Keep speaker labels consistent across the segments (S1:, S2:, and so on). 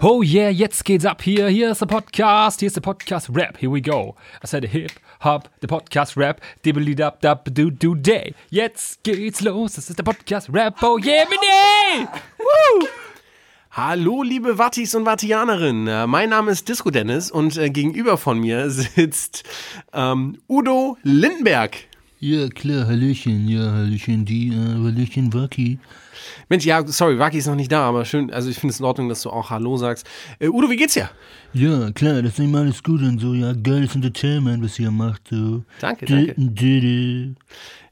S1: Oh yeah, jetzt geht's ab hier. Hier ist der Podcast. Hier ist der Podcast Rap. Here we go. I said Hip Hop, der Podcast Rap. Dibbly dab dab do do day. Jetzt geht's los. Das ist der Podcast Rap. Oh yeah, mini. Woo!
S2: Hallo, liebe Wattis und Wattianerinnen. Äh, Mein Name ist Disco Dennis und äh, gegenüber von mir sitzt ähm, Udo Lindenberg.
S3: Ja, klar, Hallöchen, ja, Hallöchen, die, äh, Hallöchen, Waki.
S2: Mensch, ja, sorry, Waki ist noch nicht da, aber schön, also ich finde es in Ordnung, dass du auch Hallo sagst. Äh, Udo, wie geht's dir?
S3: Ja, klar, das ist immer alles gut und so, ja, geiles Entertainment, was ihr macht, so.
S2: Danke,
S3: Dü-
S2: danke.
S3: dü- dü.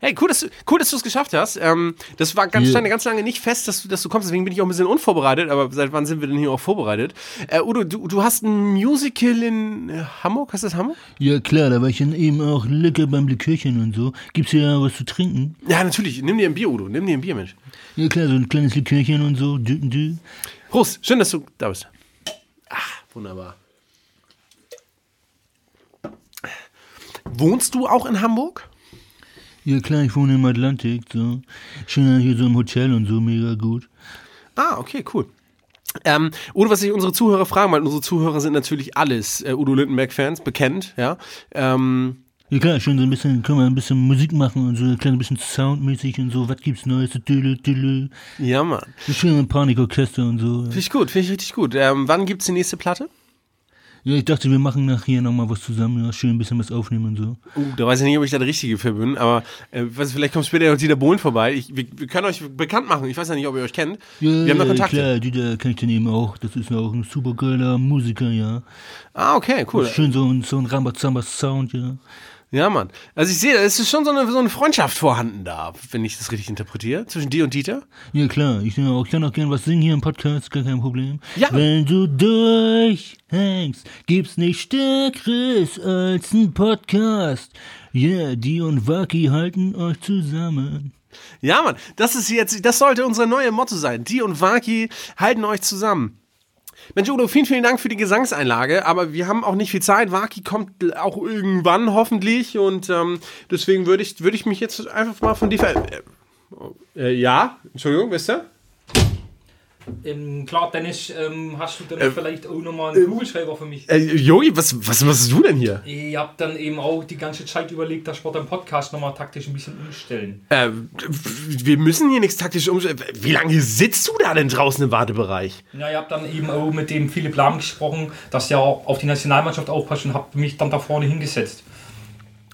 S2: Hey, cool, dass, du- cool, dass du es geschafft hast. Ähm, das war ganz,
S3: Ja.
S2: stand ja ganz lange nicht fest, dass du, dass du kommst, deswegen bin ich auch ein bisschen unvorbereitet, aber seit wann sind wir denn hier auch vorbereitet? Äh, Udo, du, du hast ein Musical in äh, Hamburg, hast du das Hamburg?
S3: Ja, klar, da war ich dann eben auch lecker beim Likörchen und so. Gibt's hier was zu trinken?
S2: Ja, natürlich, nimm dir ein Bier, Udo, nimm dir ein Bier, Mensch.
S3: Ja, klar, so ein kleines Likörchen und so, dü, dü.
S2: Prost, schön, dass du da bist. Ach, Ah, wunderbar. Wohnst du auch in Hamburg?
S3: Ja, klar, ich wohne im Atlantik, so. Schön hier so im Hotel und so, mega gut.
S2: Ah, okay, cool. Ähm, Udo, was sich unsere Zuhörer fragen, weil unsere Zuhörer sind natürlich alles äh, Udo Lindenberg-Fans, bekannt, ja. Ähm,
S3: Ja klar, schön so ein bisschen, können wir ein bisschen Musik machen und so, ein kleines bisschen soundmäßig und so, was gibt's Neues, dü, dü,
S2: ja, Mann.
S3: So schön im Panikorchester und so. ja.
S2: Finde ich gut, finde ich richtig gut. Ähm, wann gibt's die nächste Platte?
S3: Ja, ich dachte, wir machen nachher nochmal was zusammen, ja, schön ein bisschen was aufnehmen und so.
S2: Uh, da weiß ich nicht, ob ich da der Richtige für bin, aber äh, weiß, vielleicht kommt später noch Dieter Bohlen vorbei. Ich, wir, wir können euch bekannt machen. Ich weiß ja nicht, ob ihr euch kennt.
S3: Ja,
S2: wir haben noch
S3: ja,
S2: Kontakte.
S3: klar, Dieter kenne ich dann eben auch. Das ist auch ein super geiler Musiker, ja.
S2: Ah, okay, cool.
S3: Schön so ein, so ein Rambazamba-Sound, ja.
S2: Ja, Mann. Also ich sehe, es ist schon so eine, so eine Freundschaft vorhanden da, wenn ich das richtig interpretiere, zwischen dir und Dieter.
S3: Ja, klar, ich, ja, auch- ich kann auch gern was singen hier im Podcast, gar kein Problem.
S2: Ja.
S3: Wenn du durchhängst, gibt's nichts Stärkeres als ein Podcast. Ja, yeah, die und Waki halten euch zusammen.
S2: Ja, Mann. Das ist jetzt, das sollte unser neue Motto sein. Die und Waki halten euch zusammen. Mensch, Udo, vielen, vielen Dank für die Gesangseinlage, aber wir haben auch nicht viel Zeit. Waki kommt auch irgendwann, hoffentlich, und ähm, deswegen würde ich, würde ich mich jetzt einfach mal von dir ver... Äh, äh, ja, Entschuldigung, wisst ihr?
S1: Ähm, klar, Dennis, ähm, hast du dann vielleicht auch nochmal einen Kugelschreiber für mich?
S2: Äh, Jogi, was, was machst du denn hier?
S1: Ich hab dann eben auch die ganze Zeit überlegt, dass wir den Podcast nochmal taktisch ein bisschen umstellen.
S2: Äh, wir müssen hier nichts taktisch umstellen. Wie lange sitzt du da denn draußen im Wartebereich?
S1: Ja, ich hab dann eben auch mit dem Philipp Lahm gesprochen, dass ja auch auf die Nationalmannschaft aufpasst und hab mich dann da vorne hingesetzt.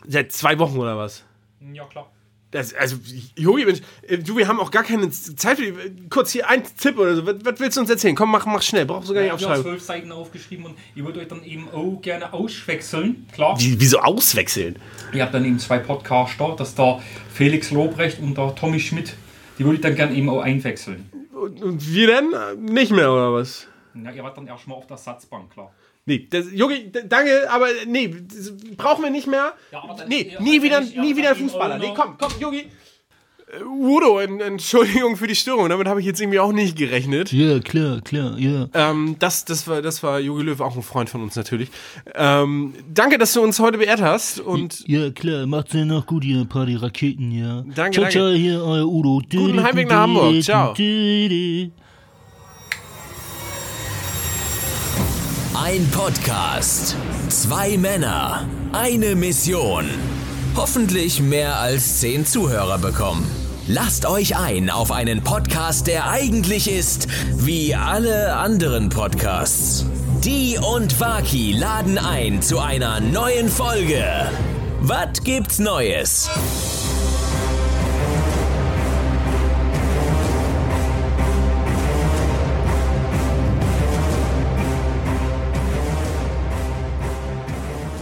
S2: Seit zwei Wochen oder was?
S1: Ja, klar.
S2: Das, also, Jogi, Mensch, äh, du, wir haben auch gar keine Zeit für die. Kurz hier ein Tipp oder so. Was, was willst du uns erzählen? Komm, mach, mach schnell. Brauchst du gar
S1: Ich halt-
S2: nicht
S1: habe ja
S2: aufschreiben.
S1: zwölf Seiten aufgeschrieben und ich würde euch dann eben auch gerne auswechseln. Klar.
S2: Wie, wieso auswechseln?
S1: Ich habe dann eben zwei Podcaster, das ist der Felix Lobrecht und der Tommy Schmidt. Die würde ich dann gerne eben auch einwechseln.
S2: Und, und wir denn? Äh, Nicht mehr oder was?
S1: Ja, ihr wart dann erstmal auf der Satzbank, klar.
S2: Nee, das, Jogi, d- danke, aber äh, nee, das brauchen wir nicht mehr.
S1: Ja, aber dann-
S2: nee,
S1: ja,
S2: nie
S1: dann
S2: wieder,
S1: bin ich- ja,
S2: nie
S1: dann
S2: wieder ein
S1: bin ich
S2: Fußballer.
S1: auch
S2: Nee,
S1: noch-
S2: komm, komm, Jogi. Äh, Udo, en- Entschuldigung für die Störung. Damit habe ich jetzt irgendwie auch nicht gerechnet.
S3: Ja, klar, klar, ja.
S2: Ähm, das, das war, das war Jogi Löw, auch ein Freund von uns natürlich. Ähm, danke, dass du uns heute beehrt hast und
S3: Ja, klar, macht's denn noch gut, ihr paar die Raketen, ja.
S2: Danke,
S3: ciao,
S2: danke.
S3: ciao, hier, euer Udo.
S2: Guten Heimweg nach Hamburg, ciao.
S4: Ein Podcast. Zwei Männer. Eine Mission. Hoffentlich mehr als zehn Zuhörer bekommen. Lasst euch ein auf einen Podcast, der eigentlich ist wie alle anderen Podcasts. Die und Waki laden ein zu einer neuen Folge. Was gibt's Neues?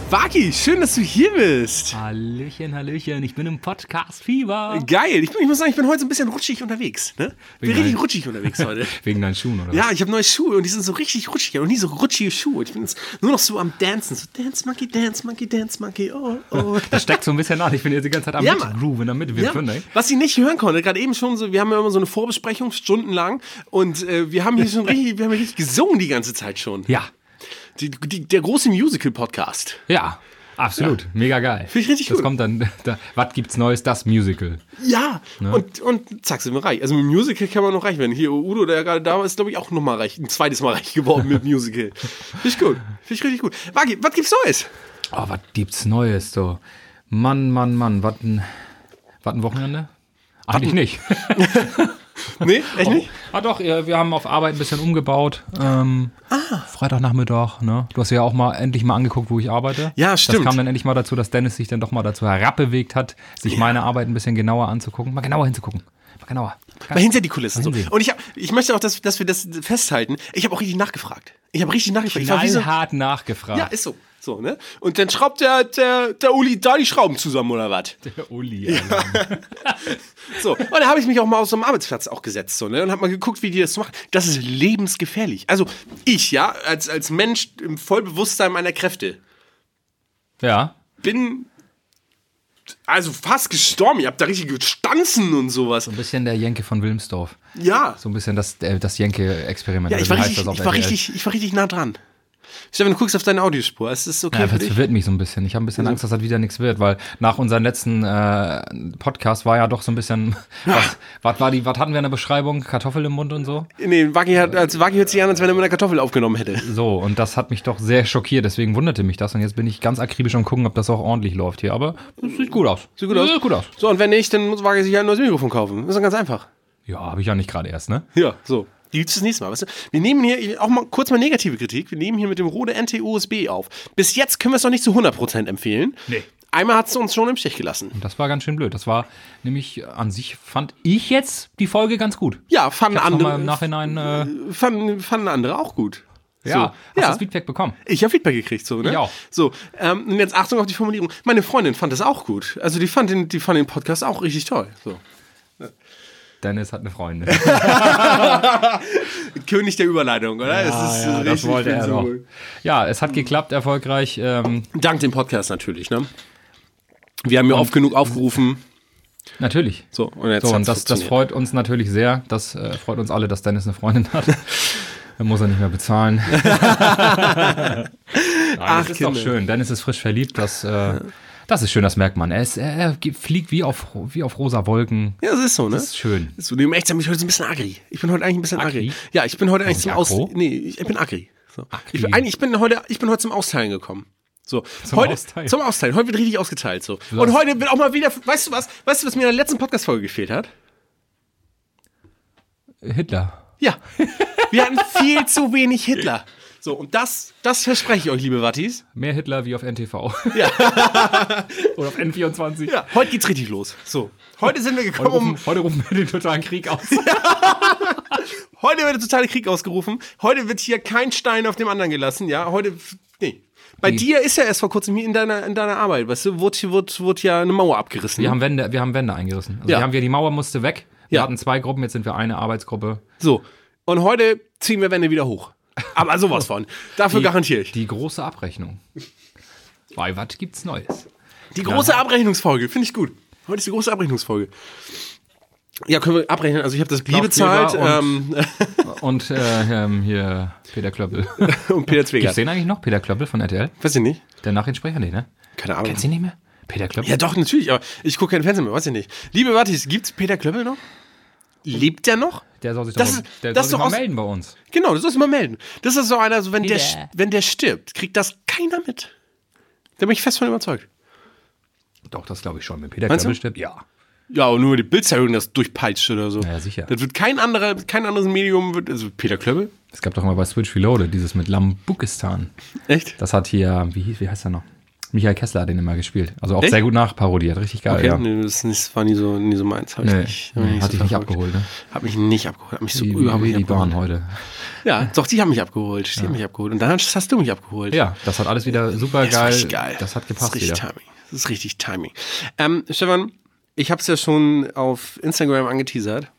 S2: Waki, schön, dass du hier bist.
S1: Hallöchen, Hallöchen, ich bin im Podcast Fieber.
S2: Geil. Ich, bin- ich muss sagen, ich bin heute so ein bisschen rutschig unterwegs. Ne? Ich bin
S1: Wie
S2: richtig
S1: geil.
S2: rutschig unterwegs heute.
S1: Wegen deinen Schuhen, oder?
S2: Ja, ich habe neue Schuhe und die sind so richtig rutschig. Ich habe noch nie so rutschige Schuhe. Ich bin jetzt nur noch so am Dancen. So Dance Monkey, Dance Monkey, Dance Monkey. Oh, oh.
S1: Das steckt so ein bisschen an. Ich bin jetzt die ganze Zeit am ne?
S2: Ja, Mann.
S1: Groove, damit wir
S2: Ja, was ich nicht hören konnte, gerade eben schon so, wir haben ja immer so eine Vorbesprechung stundenlang und äh, wir haben hier schon richtig, wir haben hier richtig gesungen die ganze Zeit schon.
S1: Ja,
S2: Die, die, der große Musical-Podcast.
S1: ja. Absolut, mega geil.
S2: Finde ich richtig
S1: das
S2: gut.
S1: Das kommt dann, da, was gibt's Neues, das Musical.
S2: Ja, und, und zack, sind wir reich. Also mit Musical kann man noch reich werden. Hier, Udo, der gerade da war, ist, glaube ich, auch nochmal reich. Ein zweites Mal reich geworden mit Musical. Finde ich gut. Finde ich richtig gut. Wagi, was gibt's Neues?
S1: Oh, was gibt's Neues, so. Mann, Mann, Mann, was ein, was ein Wochenende? Eigentlich nicht.
S2: Nee, echt nicht?
S1: Ah doch, äh, wir haben auf Arbeit ein bisschen umgebaut. Ähm,
S2: Ah.
S1: Freitagnachmittag, ne? Du hast ja auch mal endlich mal angeguckt, wo ich arbeite.
S2: Ja, stimmt.
S1: Das kam dann endlich mal dazu, dass Dennis sich dann doch mal dazu herabbewegt hat, sich meine Arbeit ein bisschen genauer anzugucken. Mal genauer hinzugucken. Mal genauer.
S2: Mal hinter die Kulissen. So.
S1: Wahnsinn.
S2: Und ich, hab, ich möchte auch, dass, dass wir das festhalten. Ich habe auch richtig nachgefragt. Ich habe richtig nachgefragt. Ich war wie so,
S1: hart nachgefragt.
S2: ja, ist so. So, ne? Und dann schraubt der, der, der Uli da die Schrauben zusammen, oder was?
S1: Der Uli. Alter.
S2: So, und da habe ich mich auch mal aus so einem Arbeitsplatz auch gesetzt so, ne? und habe mal geguckt, wie die das machen. Das ist lebensgefährlich. Also ich, ja, als, als Mensch im Vollbewusstsein meiner Kräfte,
S1: ja.
S2: bin also fast gestorben. Ich habe da richtig gestanzen und sowas.
S1: Ein bisschen der Jenke von Wilmsdorf.
S2: Ja,
S1: So ein bisschen das, äh, das Jenke-Experiment.
S2: ja
S1: oder
S2: ich,
S1: wie
S2: war
S1: heißt
S2: richtig,
S1: das auf
S2: ich, war
S1: RTL?
S2: richtig, ich war richtig nah dran. Stefan, du guckst auf deine Audiospur. Ist das okay
S1: Ja,
S2: für
S1: das
S2: dich?
S1: verwirrt mich so ein bisschen. Ich habe ein bisschen Angst, dass das wieder nichts wird, weil nach unserem letzten äh, Podcast war ja doch so ein bisschen, was, was, war die, was hatten wir in der Beschreibung? Kartoffel im Mund und so?
S2: Nee, Wagi hat, als Wagi hört sich an, als wenn er mit einer Kartoffel aufgenommen hätte.
S1: So, und das hat mich doch sehr schockiert, deswegen wunderte mich das. Und jetzt bin ich ganz akribisch am gucken, ob das auch ordentlich läuft hier. Aber es sieht gut aus. Sieht
S2: gut aus?
S1: Sieht gut aus.
S2: So, und wenn nicht, dann muss Wagi sich halt ein neues Mikrofon kaufen. Das ist dann ganz einfach.
S1: Ja, habe ich ja nicht gerade erst, ne?
S2: Ja, so. Die gibt's das nächste Mal. Weißt du? Wir nehmen hier auch mal kurz mal negative Kritik. Wir nehmen hier mit dem Rode NT-USB auf. Bis jetzt können wir es noch nicht zu 100% empfehlen.
S1: Nee.
S2: Einmal hat es uns schon im Stich gelassen.
S1: Und das war ganz schön blöd. Das war nämlich an sich, fand ich jetzt die Folge ganz gut.
S2: Ja, fanden
S1: Nochmal im
S2: andere,
S1: Nachhinein, äh,
S2: fanden, fanden andere auch gut.
S1: ja, hast
S2: so.
S1: ja.
S2: ja.
S1: das Feedback bekommen.
S2: ich habe Feedback gekriegt, so, ne?
S1: Ich auch.
S2: So, ähm, und jetzt Achtung auf die Formulierung. Meine Freundin fand das auch gut. Also die fand den, die fand den Podcast auch richtig toll. So.
S1: Dennis hat eine Freundin.
S2: König der Überleitung, oder? es ist
S1: ja,
S2: richtig,
S1: das wollte
S2: ich bin
S1: er
S2: so
S1: doch.
S2: wohl.
S1: Ja, es hat geklappt, erfolgreich. Ähm,
S2: Dank dem Podcast natürlich, ne? Wir haben ja oft genug aufgerufen.
S1: natürlich.
S2: So, und jetzt
S1: So, und
S2: hat's
S1: das, das
S2: funktioniert.
S1: freut uns natürlich sehr. Das äh, freut uns alle, dass Dennis eine Freundin hat. Dann muss er nicht mehr bezahlen. Nein,
S2: Ach,
S1: das ist doch
S2: Kinder.
S1: schön. Dennis ist frisch verliebt. Das, äh, das ist schön, das merkt man. Er, ist, er, er ge- fliegt wie auf, wie auf rosa Wolken.
S2: Ja, das ist so, ne?
S1: Das ist schön.
S2: So, nee, um echt zu sein, bin ich heute so ein bisschen agri. Ich bin heute eigentlich ein bisschen agri.
S1: Agri?
S2: Ja, ich bin heute eigentlich
S1: Nicht
S2: zum
S1: aggro?
S2: Aus... Nee, ich ich bin agri. So.
S1: Agri.
S2: Ich bin, eigentlich, ich bin heute, ich bin heute zum Austeilen gekommen. So.
S1: Zum
S2: heute,
S1: Austeilen.
S2: Zum Austeilen. Heute wird richtig ausgeteilt, so.
S1: Du
S2: Und
S1: hast-
S2: heute wird auch mal wieder, weißt du was, weißt du, was mir in der letzten Podcast-Folge gefehlt hat?
S1: Hitler.
S2: Ja. Wir hatten viel zu wenig Hitler. So, und das, das verspreche ich euch, liebe Wattis.
S1: Mehr Hitler wie auf NTV.
S2: Ja.
S1: Oder auf N24.
S2: Ja, heute geht's richtig los. So. Heute sind wir
S1: Heute,
S2: gekommen, um,
S1: rufen, heute rufen wir den totalen Krieg aus.
S2: Heute wird der totale Krieg ausgerufen. Heute wird hier kein Stein auf dem anderen gelassen, ja. Heute. Nee. Bei dir ist ja erst vor kurzem hier in deiner, in deiner Arbeit, weißt du, wurde, wurde, wurde ja eine Mauer abgerissen.
S1: Wir haben Wände, wir haben Wände eingerissen. Also
S2: Ja.
S1: wir haben wir die Mauer musste weg. Wir
S2: Ja.
S1: hatten zwei Gruppen, jetzt sind wir eine Arbeitsgruppe.
S2: So. Und heute ziehen wir Wände wieder hoch. Aber sowas von. Dafür garantiere ich. Die,
S1: Die große Abrechnung. Bei was gibt's Neues?
S2: große Abrechnungsfolge, finde ich gut. Heute ist die große Abrechnungsfolge. Ja, können wir abrechnen. Also ich habe das Bier
S1: Klaus
S2: bezahlt
S1: Kleber
S2: ähm,
S1: Und äh, ähm, hier Peter Klöppel.
S2: und Peter Zwegert.
S1: Gibt's den eigentlich noch? Peter Klöppel von RTL?
S2: Weiß ich nicht.
S1: Der Nachrichtensprecher? Nee, ne?
S2: Keine Ahnung.
S1: Kennst du ihn nicht mehr? Peter Klöppel?
S2: Ja, doch, natürlich, aber ich gucke keinen Fernsehen mehr, weiß ich nicht. Liebe Wattis, gibt's Peter Klöppel noch? Lebt der noch?
S1: Der soll sich doch
S2: Das
S1: mal,
S2: ist-
S1: der
S2: das
S1: soll sich
S2: ist
S1: mal
S2: doch aus-
S1: melden bei uns.
S2: Genau, das sollst du mal melden. Das ist so einer, so wenn, der,
S1: Peter.
S2: st- wenn der stirbt, kriegt das keiner mit. Da bin ich fest von überzeugt.
S1: Doch, das glaube ich schon. Wenn Peter
S2: Meinst du?
S1: Klöppel stirbt, ja.
S2: Ja, und nur die Bildzeitung das durchpeitscht oder so.
S1: ja, sicher.
S2: Das wird kein anderer, kein anderes Medium wird, also Peter Klöppel.
S1: Es gab doch mal bei Switch Reloaded dieses mit Lambukistan.
S2: Echt?
S1: Das hat hier, wie, hieß- wie heißt er noch? Michael Kessler hat den immer gespielt. Also auch
S2: Echt?
S1: sehr gut nachparodiert. Richtig geil,
S2: Okay,
S1: ja.
S2: nee, das, ist, nicht- das war nie so, nie so meins. Hab ich
S1: Nee,
S2: nicht, hab
S1: nee, hat
S2: so
S1: dich nicht
S2: verfolgt.
S1: abgeholt, ne?
S2: Hab mich nicht abgeholt. Hab mich so
S1: Die,
S2: überhaupt
S1: die
S2: nicht
S1: Bahn
S2: abgeholt.
S1: heute.
S2: Ja, doch, die haben mich abgeholt. Die haben mich abgeholt. Und dann hast, hast du mich abgeholt.
S1: Ja, das hat alles wieder super
S2: Das
S1: geil.
S2: ist richtig geil.
S1: Das hat
S2: Das
S1: gepasst
S2: ist richtig
S1: wieder.
S2: Timing. Das ist richtig Timing. Ähm, Stefan, ich habe es ja schon auf Instagram angeteasert.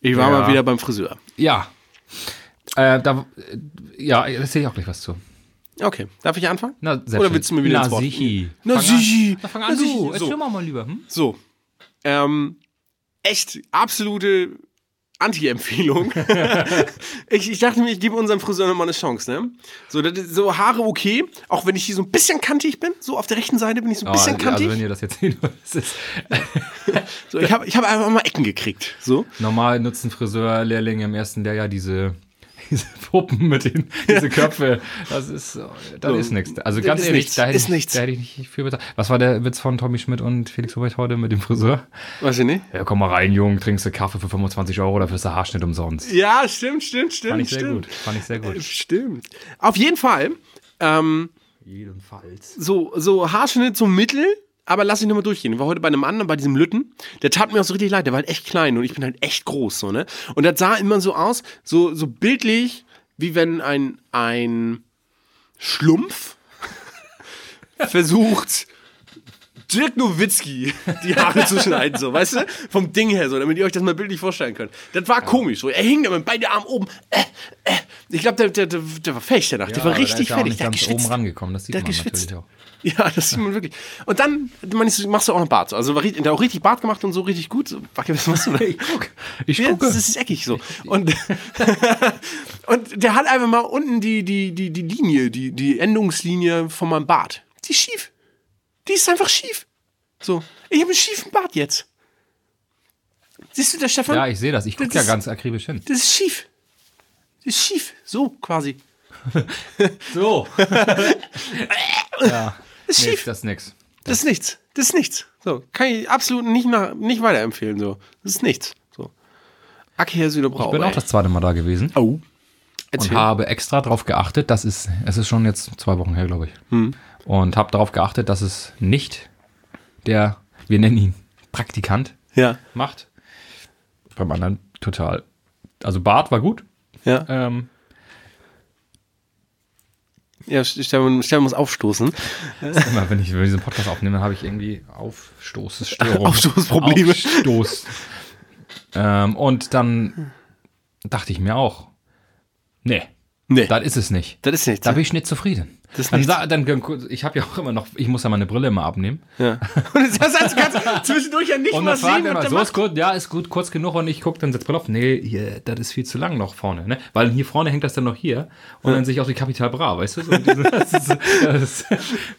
S2: Ich war
S1: Ja.
S2: mal wieder beim Friseur.
S1: Ja. Äh, da, äh, ja, da sehe ich auch gleich was zu.
S2: Okay, darf ich anfangen?
S1: Na, selbst-
S2: Oder willst du mir wieder
S1: Na,
S2: ins Wort?
S1: Sichi.
S2: Na,
S1: Fang an.
S2: Sichi.
S1: Na, fang an,
S2: Na, Sichi.
S1: du.
S2: So.
S1: Erzähl mal mal lieber. Hm?
S2: So, ähm, echt absolute Anti-Empfehlung. ich, ich dachte mir, ich gebe unserem Friseur nochmal eine Chance, ne? So, das, ist- so Haare okay, auch wenn ich hier so ein bisschen kantig bin, so auf der rechten Seite bin ich so ein
S1: Oh,
S2: bisschen
S1: also, also
S2: kantig.
S1: wenn ihr das jetzt sehen wollt, es ist
S2: so, ich habe ich hab einfach mal Ecken gekriegt, so.
S1: normal nutzen Friseurlehrlinge im ersten Lehrjahr diese diese Puppen mit den diese Köpfe. Das ist das ist nichts. Also ganz
S2: ist
S1: ehrlich,
S2: nichts,
S1: da hätte
S2: ist
S1: ich,
S2: nichts.
S1: da hätte ich nicht viel bezahlt. Was war der Witz von Tommy Schmidt und Felix Hubert heute mit dem Friseur?
S2: Weiß ich nicht.
S1: Ja, komm mal rein, Jung, trinkst du Kaffee für 25 Euro, dafür ist der Haarschnitt umsonst.
S2: Ja, stimmt, stimmt, stimmt.
S1: Fand ich sehr
S2: stimmt.
S1: gut. Fand ich sehr gut.
S2: Stimmt. Auf jeden Fall, ähm,
S1: Jedenfalls.
S2: so, so Haarschnitt, so mittel, aber lass ich nochmal durchgehen. Ich war heute bei einem anderen, bei diesem Lütten, der tat mir auch so richtig leid, der war halt echt klein und ich bin halt echt groß, so, ne? Und das sah immer so aus, so, so bildlich, wie wenn ein, ein Schlumpf versucht, Dirk Nowitzki die Haare zu schneiden, so, weißt du? Vom Ding her, so, damit ihr euch das mal bildlich vorstellen könnt. Das war komisch, so. Er hing da mit beiden Armen oben. Äh, äh. Ich glaube, der, der, der, der war fertig danach. der war richtig
S1: da ist er auch
S2: fertig.
S1: nicht
S2: Der hat
S1: ganz oben
S2: geschwitzt.
S1: rangekommen, das sieht
S2: Der
S1: man
S2: hat geschwitzt.
S1: natürlich auch.
S2: Ja, das sieht man wirklich. Und dann meinst du, machst du auch noch Bart. Also war ri- der hat auch richtig Bart gemacht und so richtig gut. So, Backe, was machst du da? Ich guck.
S1: Ich
S2: Ja,
S1: gucke.
S2: das ist eckig so. Und, und der hat einfach mal unten die, die, die, die Linie, die, die Endungslinie von meinem Bart. Die ist schief. Die ist einfach schief. So. Ich habe einen schiefen Bart jetzt. Siehst du, der Stefan?
S1: Ja, ich sehe das. Ich gucke
S2: Das
S1: ja
S2: ist-
S1: ganz akribisch hin.
S2: das ist schief. Das ist schief. So quasi.
S1: So.
S2: Das ist
S1: Nee,
S2: schief.
S1: das ist nix.
S2: Das ist nichts. Das ist nichts. So, kann ich absolut nicht, nach, nicht weiterempfehlen. So. Das ist nichts. So. Akher Süderbrau.
S1: Ich bin auch das zweite Mal da gewesen
S2: Oh.
S1: und
S2: Erzähl.
S1: habe extra drauf geachtet, dass es, es ist schon jetzt zwei Wochen her, glaube ich. Und habe darauf geachtet, dass es nicht der, wir nennen ihn Praktikant,
S2: Ja.
S1: macht. Beim anderen total. Also Bart war gut.
S2: Ja.
S1: Ähm,
S2: Ja, Stefan, Stefan muss aufstoßen.
S1: immer wenn ich wenn ich diesen Podcast aufnehme, dann habe ich irgendwie Aufstoßstörung.
S2: Aufstoßprobleme.
S1: Aufstoß. ähm, und dann dachte ich mir auch, nee,
S2: Nee.
S1: das ist es nicht.
S2: Das ist nichts.
S1: Da bin ich nicht zufrieden.
S2: Das ist
S1: dann,
S2: nichts.
S1: sa- dann, ich habe ja auch immer noch, ich muss ja meine Brille immer abnehmen.
S2: ja. Und das heißt, du kannst zwischendurch ja nicht
S1: Und
S2: mal
S1: dann fragen
S2: sehen.
S1: wir
S2: Und
S1: mal,
S2: dann
S1: so ist
S2: macht,
S1: gut, ja, ist gut, kurz genug und ich gucke dann setzt Brille auf. Nee, hier, das ist viel zu lang noch vorne, ne? Weil hier vorne hängt das dann noch hier und dann sehe ich auch die Kapital Bra, weißt du? So, diese- das, ist, das ist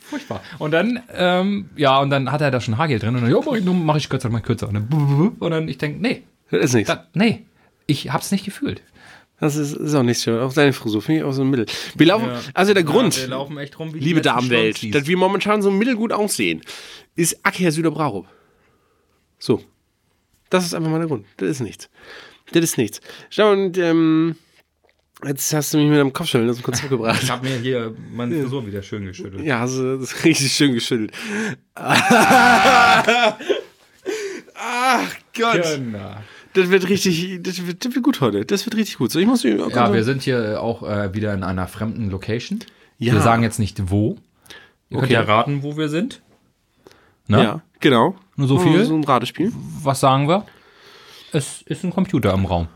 S1: furchtbar. Und dann, ähm, ja, und dann hat er da schon Haargel drin und dann, ja, mach ich, nun mach ich kürzer, mach ich kürzer. Und dann, und dann ich denke, nee,
S2: das ist nichts.
S1: da, nee, ich hab's nicht gefühlt.
S2: Das ist, ist auch nichts. Stefan. Auch deine Frisur finde ich auch so ein Mittel. Wir laufen, also der Grund,
S1: wir laufen echt rum wie die
S2: liebe
S1: letzten
S2: Damenwelt,
S1: Stonesies.
S2: dass wir momentan so mittelgut aussehen, ist Akher Süderbrau. So. Das ist einfach mal der Grund. Das ist nichts. Das ist nichts. Schau, und ähm, jetzt hast du mich mit deinem Kopfschütteln aus dem Konzept
S1: Ich
S2: gebracht.
S1: hab mir hier meine Frisur wieder schön geschüttelt.
S2: Ja, hast du das richtig schön geschüttelt. Ach Gott.
S1: Genau.
S2: Das wird richtig, das wird, das wird gut heute. Das wird richtig gut. So, ich muss
S1: Ja, wir sind hier auch äh, wieder in einer fremden Location.
S2: Ja.
S1: Wir sagen jetzt nicht wo. Ihr könnt
S2: Okay.
S1: ja raten, wo wir sind. Ne?
S2: Ja, genau.
S1: Nur so
S2: Machen wir
S1: viel?
S2: So ein Ratespiel.
S1: Was sagen wir? Es ist ein Computer im Raum.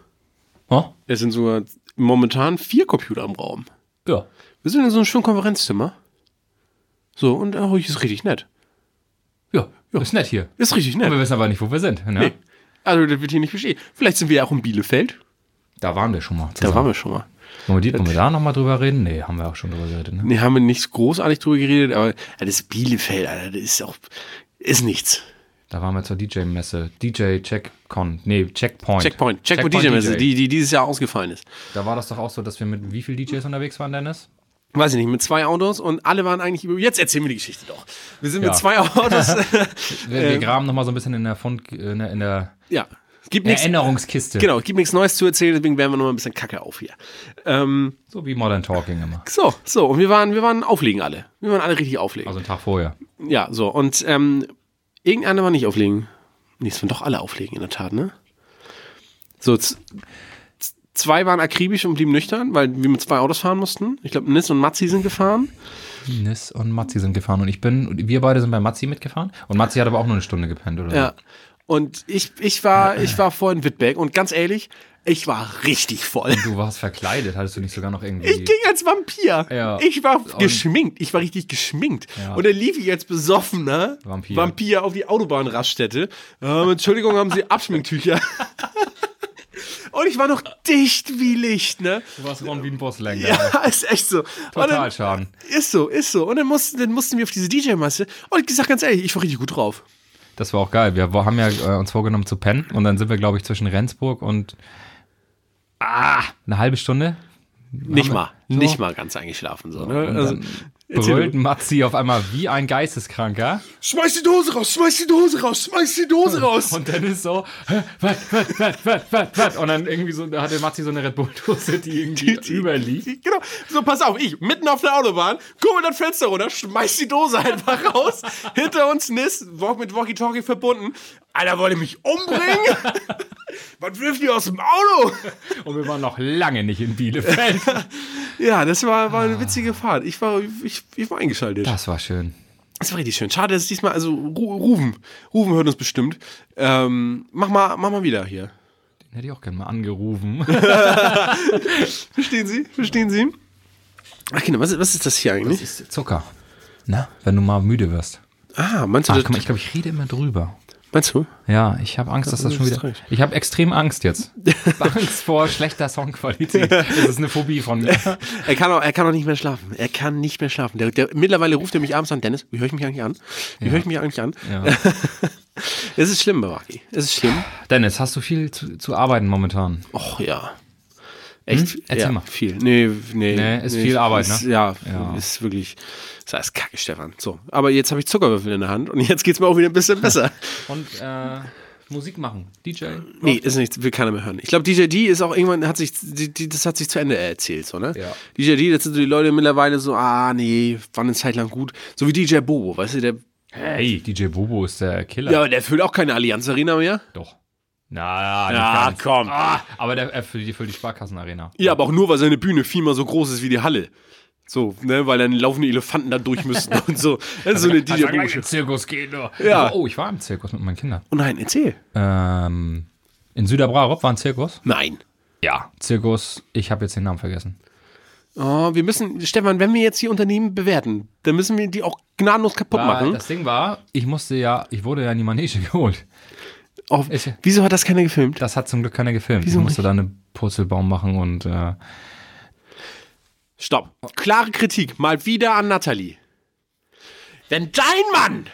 S1: Ha?
S2: Es sind sogar momentan vier Computer im Raum.
S1: Ja.
S2: Wir sind in so einem schönen Konferenzzimmer. So, und äh, ruhig ist richtig nett.
S1: ja. Ist nett hier.
S2: Ist richtig nett.
S1: Wir wissen aber nicht, wo wir sind. Ne?
S2: Nee. Also, das wird hier nicht bestehen. Vielleicht sind wir ja auch in Bielefeld.
S1: Da waren wir schon mal.
S2: Da
S1: Zusammen.
S2: waren wir Äh, schon mal.
S1: Wollen wir, die, wollen wir da nochmal drüber reden? Nee, haben wir auch schon drüber geredet. Ne?
S2: Nee, haben wir nicht großartig drüber geredet, aber ja, das Bielefeld, Alter, das ist auch, ist nichts.
S1: Da waren wir zur DJ-Messe. DJ Checkcon. Nee, Checkpoint.
S2: Checkpoint, Checkpoint, DJ Messe, die, die dieses Jahr ausgefallen ist.
S1: Da war das doch auch so, dass wir mit wie viel DJs unterwegs waren, Dennis?
S2: Weiß ich nicht, mit zwei Autos und alle waren eigentlich über. Jetzt erzähl mir die Geschichte doch. Wir sind
S1: Ja.
S2: mit zwei Autos.
S1: Wir,
S2: Äh,
S1: wir graben nochmal so ein bisschen in der Fund, äh, in der, in der
S2: ja. Es gibt nichts.
S1: Erinnerungskiste.
S2: Genau, es gibt nichts Neues zu erzählen, deswegen werden wir nochmal ein bisschen kacke auf hier. Ähm,
S1: So wie Modern Talking immer.
S2: so, so, und wir waren, wir waren auflegen alle. Wir waren alle richtig auflegen.
S1: Also einen Tag vorher.
S2: Ja, so, und ähm, irgendeiner war nicht auflegen. Nee, es waren doch alle auflegen, in der Tat, ne? So, z- z- zwei waren akribisch und blieben nüchtern, weil wir mit zwei Autos fahren mussten. Ich glaube, Nis und Matzi sind gefahren.
S1: Nis und Matzi sind gefahren und ich bin, wir beide sind bei Matzi mitgefahren und Matzi hat aber auch nur eine Stunde gepennt, oder?
S2: Ja. Und ich, ich war, ich war vorhin Wittbeck und ganz ehrlich, ich war richtig voll.
S1: Du warst verkleidet, hattest du nicht sogar noch irgendwie.
S2: Ich ging als Vampir.
S1: Ja.
S2: Ich war
S1: Und-
S2: geschminkt. Ich war richtig geschminkt.
S1: Ja.
S2: Und dann lief ich als besoffener
S1: Vampir.
S2: Vampir, auf die Autobahnraststätte. Ähm, Entschuldigung, haben Sie Abschminktücher? Und ich war noch dicht wie Licht, ne?
S1: Du warst Ron wie ein Bosslänger.
S2: Ja, ist echt so. Und
S1: Total
S2: dann-
S1: Schaden.
S2: Ist so, ist so. Und dann mussten, dann mussten wir auf diese DJ-Masse. Und ich sag ganz ehrlich, ich war richtig gut drauf.
S1: Das war auch geil. Wir haben ja äh, uns vorgenommen zu pennen und dann sind wir, glaube ich, zwischen Rendsburg und ah, eine halbe Stunde
S2: Nicht mal,
S1: So.
S2: nicht mal ganz eingeschlafen. So, ne? also, erzähl
S1: brüllt
S2: du.
S1: Matzi auf einmal wie ein Geisteskranker.
S2: schmeiß die Dose raus, schmeiß die Dose raus, schmeiß die Dose raus.
S1: Und dann ist so, hä, wat, wat, wat, wat, wat, wat. Und dann irgendwie so, da hatte Matzi so eine Red Bull-Dose, die irgendwie überliegt.
S2: Genau. So, pass auf, ich, mitten auf der Autobahn, kurbel das Fenster runter, schmeiß die Dose einfach raus. Hinter uns Nis, wo- mit Walkie-Talkie verbunden. Alter, wollt ihr mich umbringen? Was wirft ihr aus dem Auto?
S1: Und wir waren noch lange nicht in Bielefeld.
S2: Ja, das war, war eine witzige Fahrt. Ich war, ich, ich war eingeschaltet.
S1: Das war schön.
S2: Das war richtig schön. Schade, dass es diesmal, also Ru- Ruven, Ruven hört uns bestimmt. Ähm, mach, mal, mach mal wieder hier.
S1: Den hätte ich auch gerne mal angerufen.
S2: Verstehen Sie? Verstehen Sie? Ach Kinder, was, was ist das hier eigentlich?
S1: Das ist Zucker. Na, wenn du mal müde wirst.
S2: Ah, meinst du,
S1: Ach,
S2: das,
S1: guck mal, ich glaube, ich rede immer drüber.
S2: meinst du?
S1: Ja, ich habe Angst, dass das schon wieder.
S2: Österreich.
S1: Ich habe extrem Angst jetzt. Angst vor schlechter Songqualität. Das ist eine Phobie von mir.
S2: Er kann, auch, er kann auch nicht mehr schlafen. Er kann nicht mehr schlafen. Der, der, mittlerweile ruft er mich abends an, Dennis, wie höre ich mich eigentlich an? Wie höre ich mich eigentlich an?
S1: Ja.
S2: Es ist schlimm, Bawaki. Es ist schlimm.
S1: Dennis, hast du viel zu, zu arbeiten momentan?
S2: Och ja. Echt?
S1: Hm? Erzähl
S2: ja,
S1: mal.
S2: Viel. Nee, nee.
S1: Nee, ist viel Arbeit,
S2: ist,
S1: ne?
S2: Ja,
S1: Ja.
S2: ist wirklich. Das ist kacke, Stefan. So. Aber jetzt habe ich Zuckerwürfel in der Hand und jetzt geht's mir auch wieder ein bisschen besser.
S1: Und äh, Musik machen. DJ.
S2: nee, ist nichts, will keiner mehr hören. Ich glaube, DJ D ist auch irgendwann, hat sich, die, die, das hat sich zu Ende erzählt, so, ne?
S1: Ja.
S2: DJ D, das sind so die Leute mittlerweile so, ah, nee, war eine Zeit lang gut. So wie DJ Bobo, weißt du, der.
S1: Hey, DJ Bobo ist der Killer.
S2: Ja, aber der füllt auch keine Allianz Arena mehr.
S1: Doch. Na,
S2: Ja,
S1: nicht ganz.
S2: komm.
S1: Ah, aber der, er für die, für die Sparkassenarena.
S2: Ja, aber auch nur, weil seine Bühne viermal so groß ist wie die Halle. So, ne, weil dann laufende Elefanten da durch müssen und so. Das ist so eine DJ
S1: Hat
S2: Bobo.
S1: gleich in den Zirkus geht nur.
S2: Ja.
S1: Oh, ich war im Zirkus mit meinen Kindern.
S2: Oh nein, erzähl.
S1: Ähm, in Süderbrarup war ein Zirkus?
S2: Nein.
S1: Ja. Zirkus, ich habe jetzt den Namen vergessen.
S2: Oh, wir müssen, Stefan, wenn wir jetzt hier Unternehmen bewerten, dann müssen wir die auch gnadenlos kaputt
S1: Weil
S2: machen.
S1: Das Ding war, ich musste ja, ich wurde ja in die Manege geholt.
S2: Oh,
S1: ist-
S2: wieso hat das keiner gefilmt?
S1: Das hat zum Glück keiner gefilmt. ich musste da eine Purzelbaum machen und äh,
S2: Stopp. Klare Kritik, mal wieder an Nathalie. Wenn dein Mann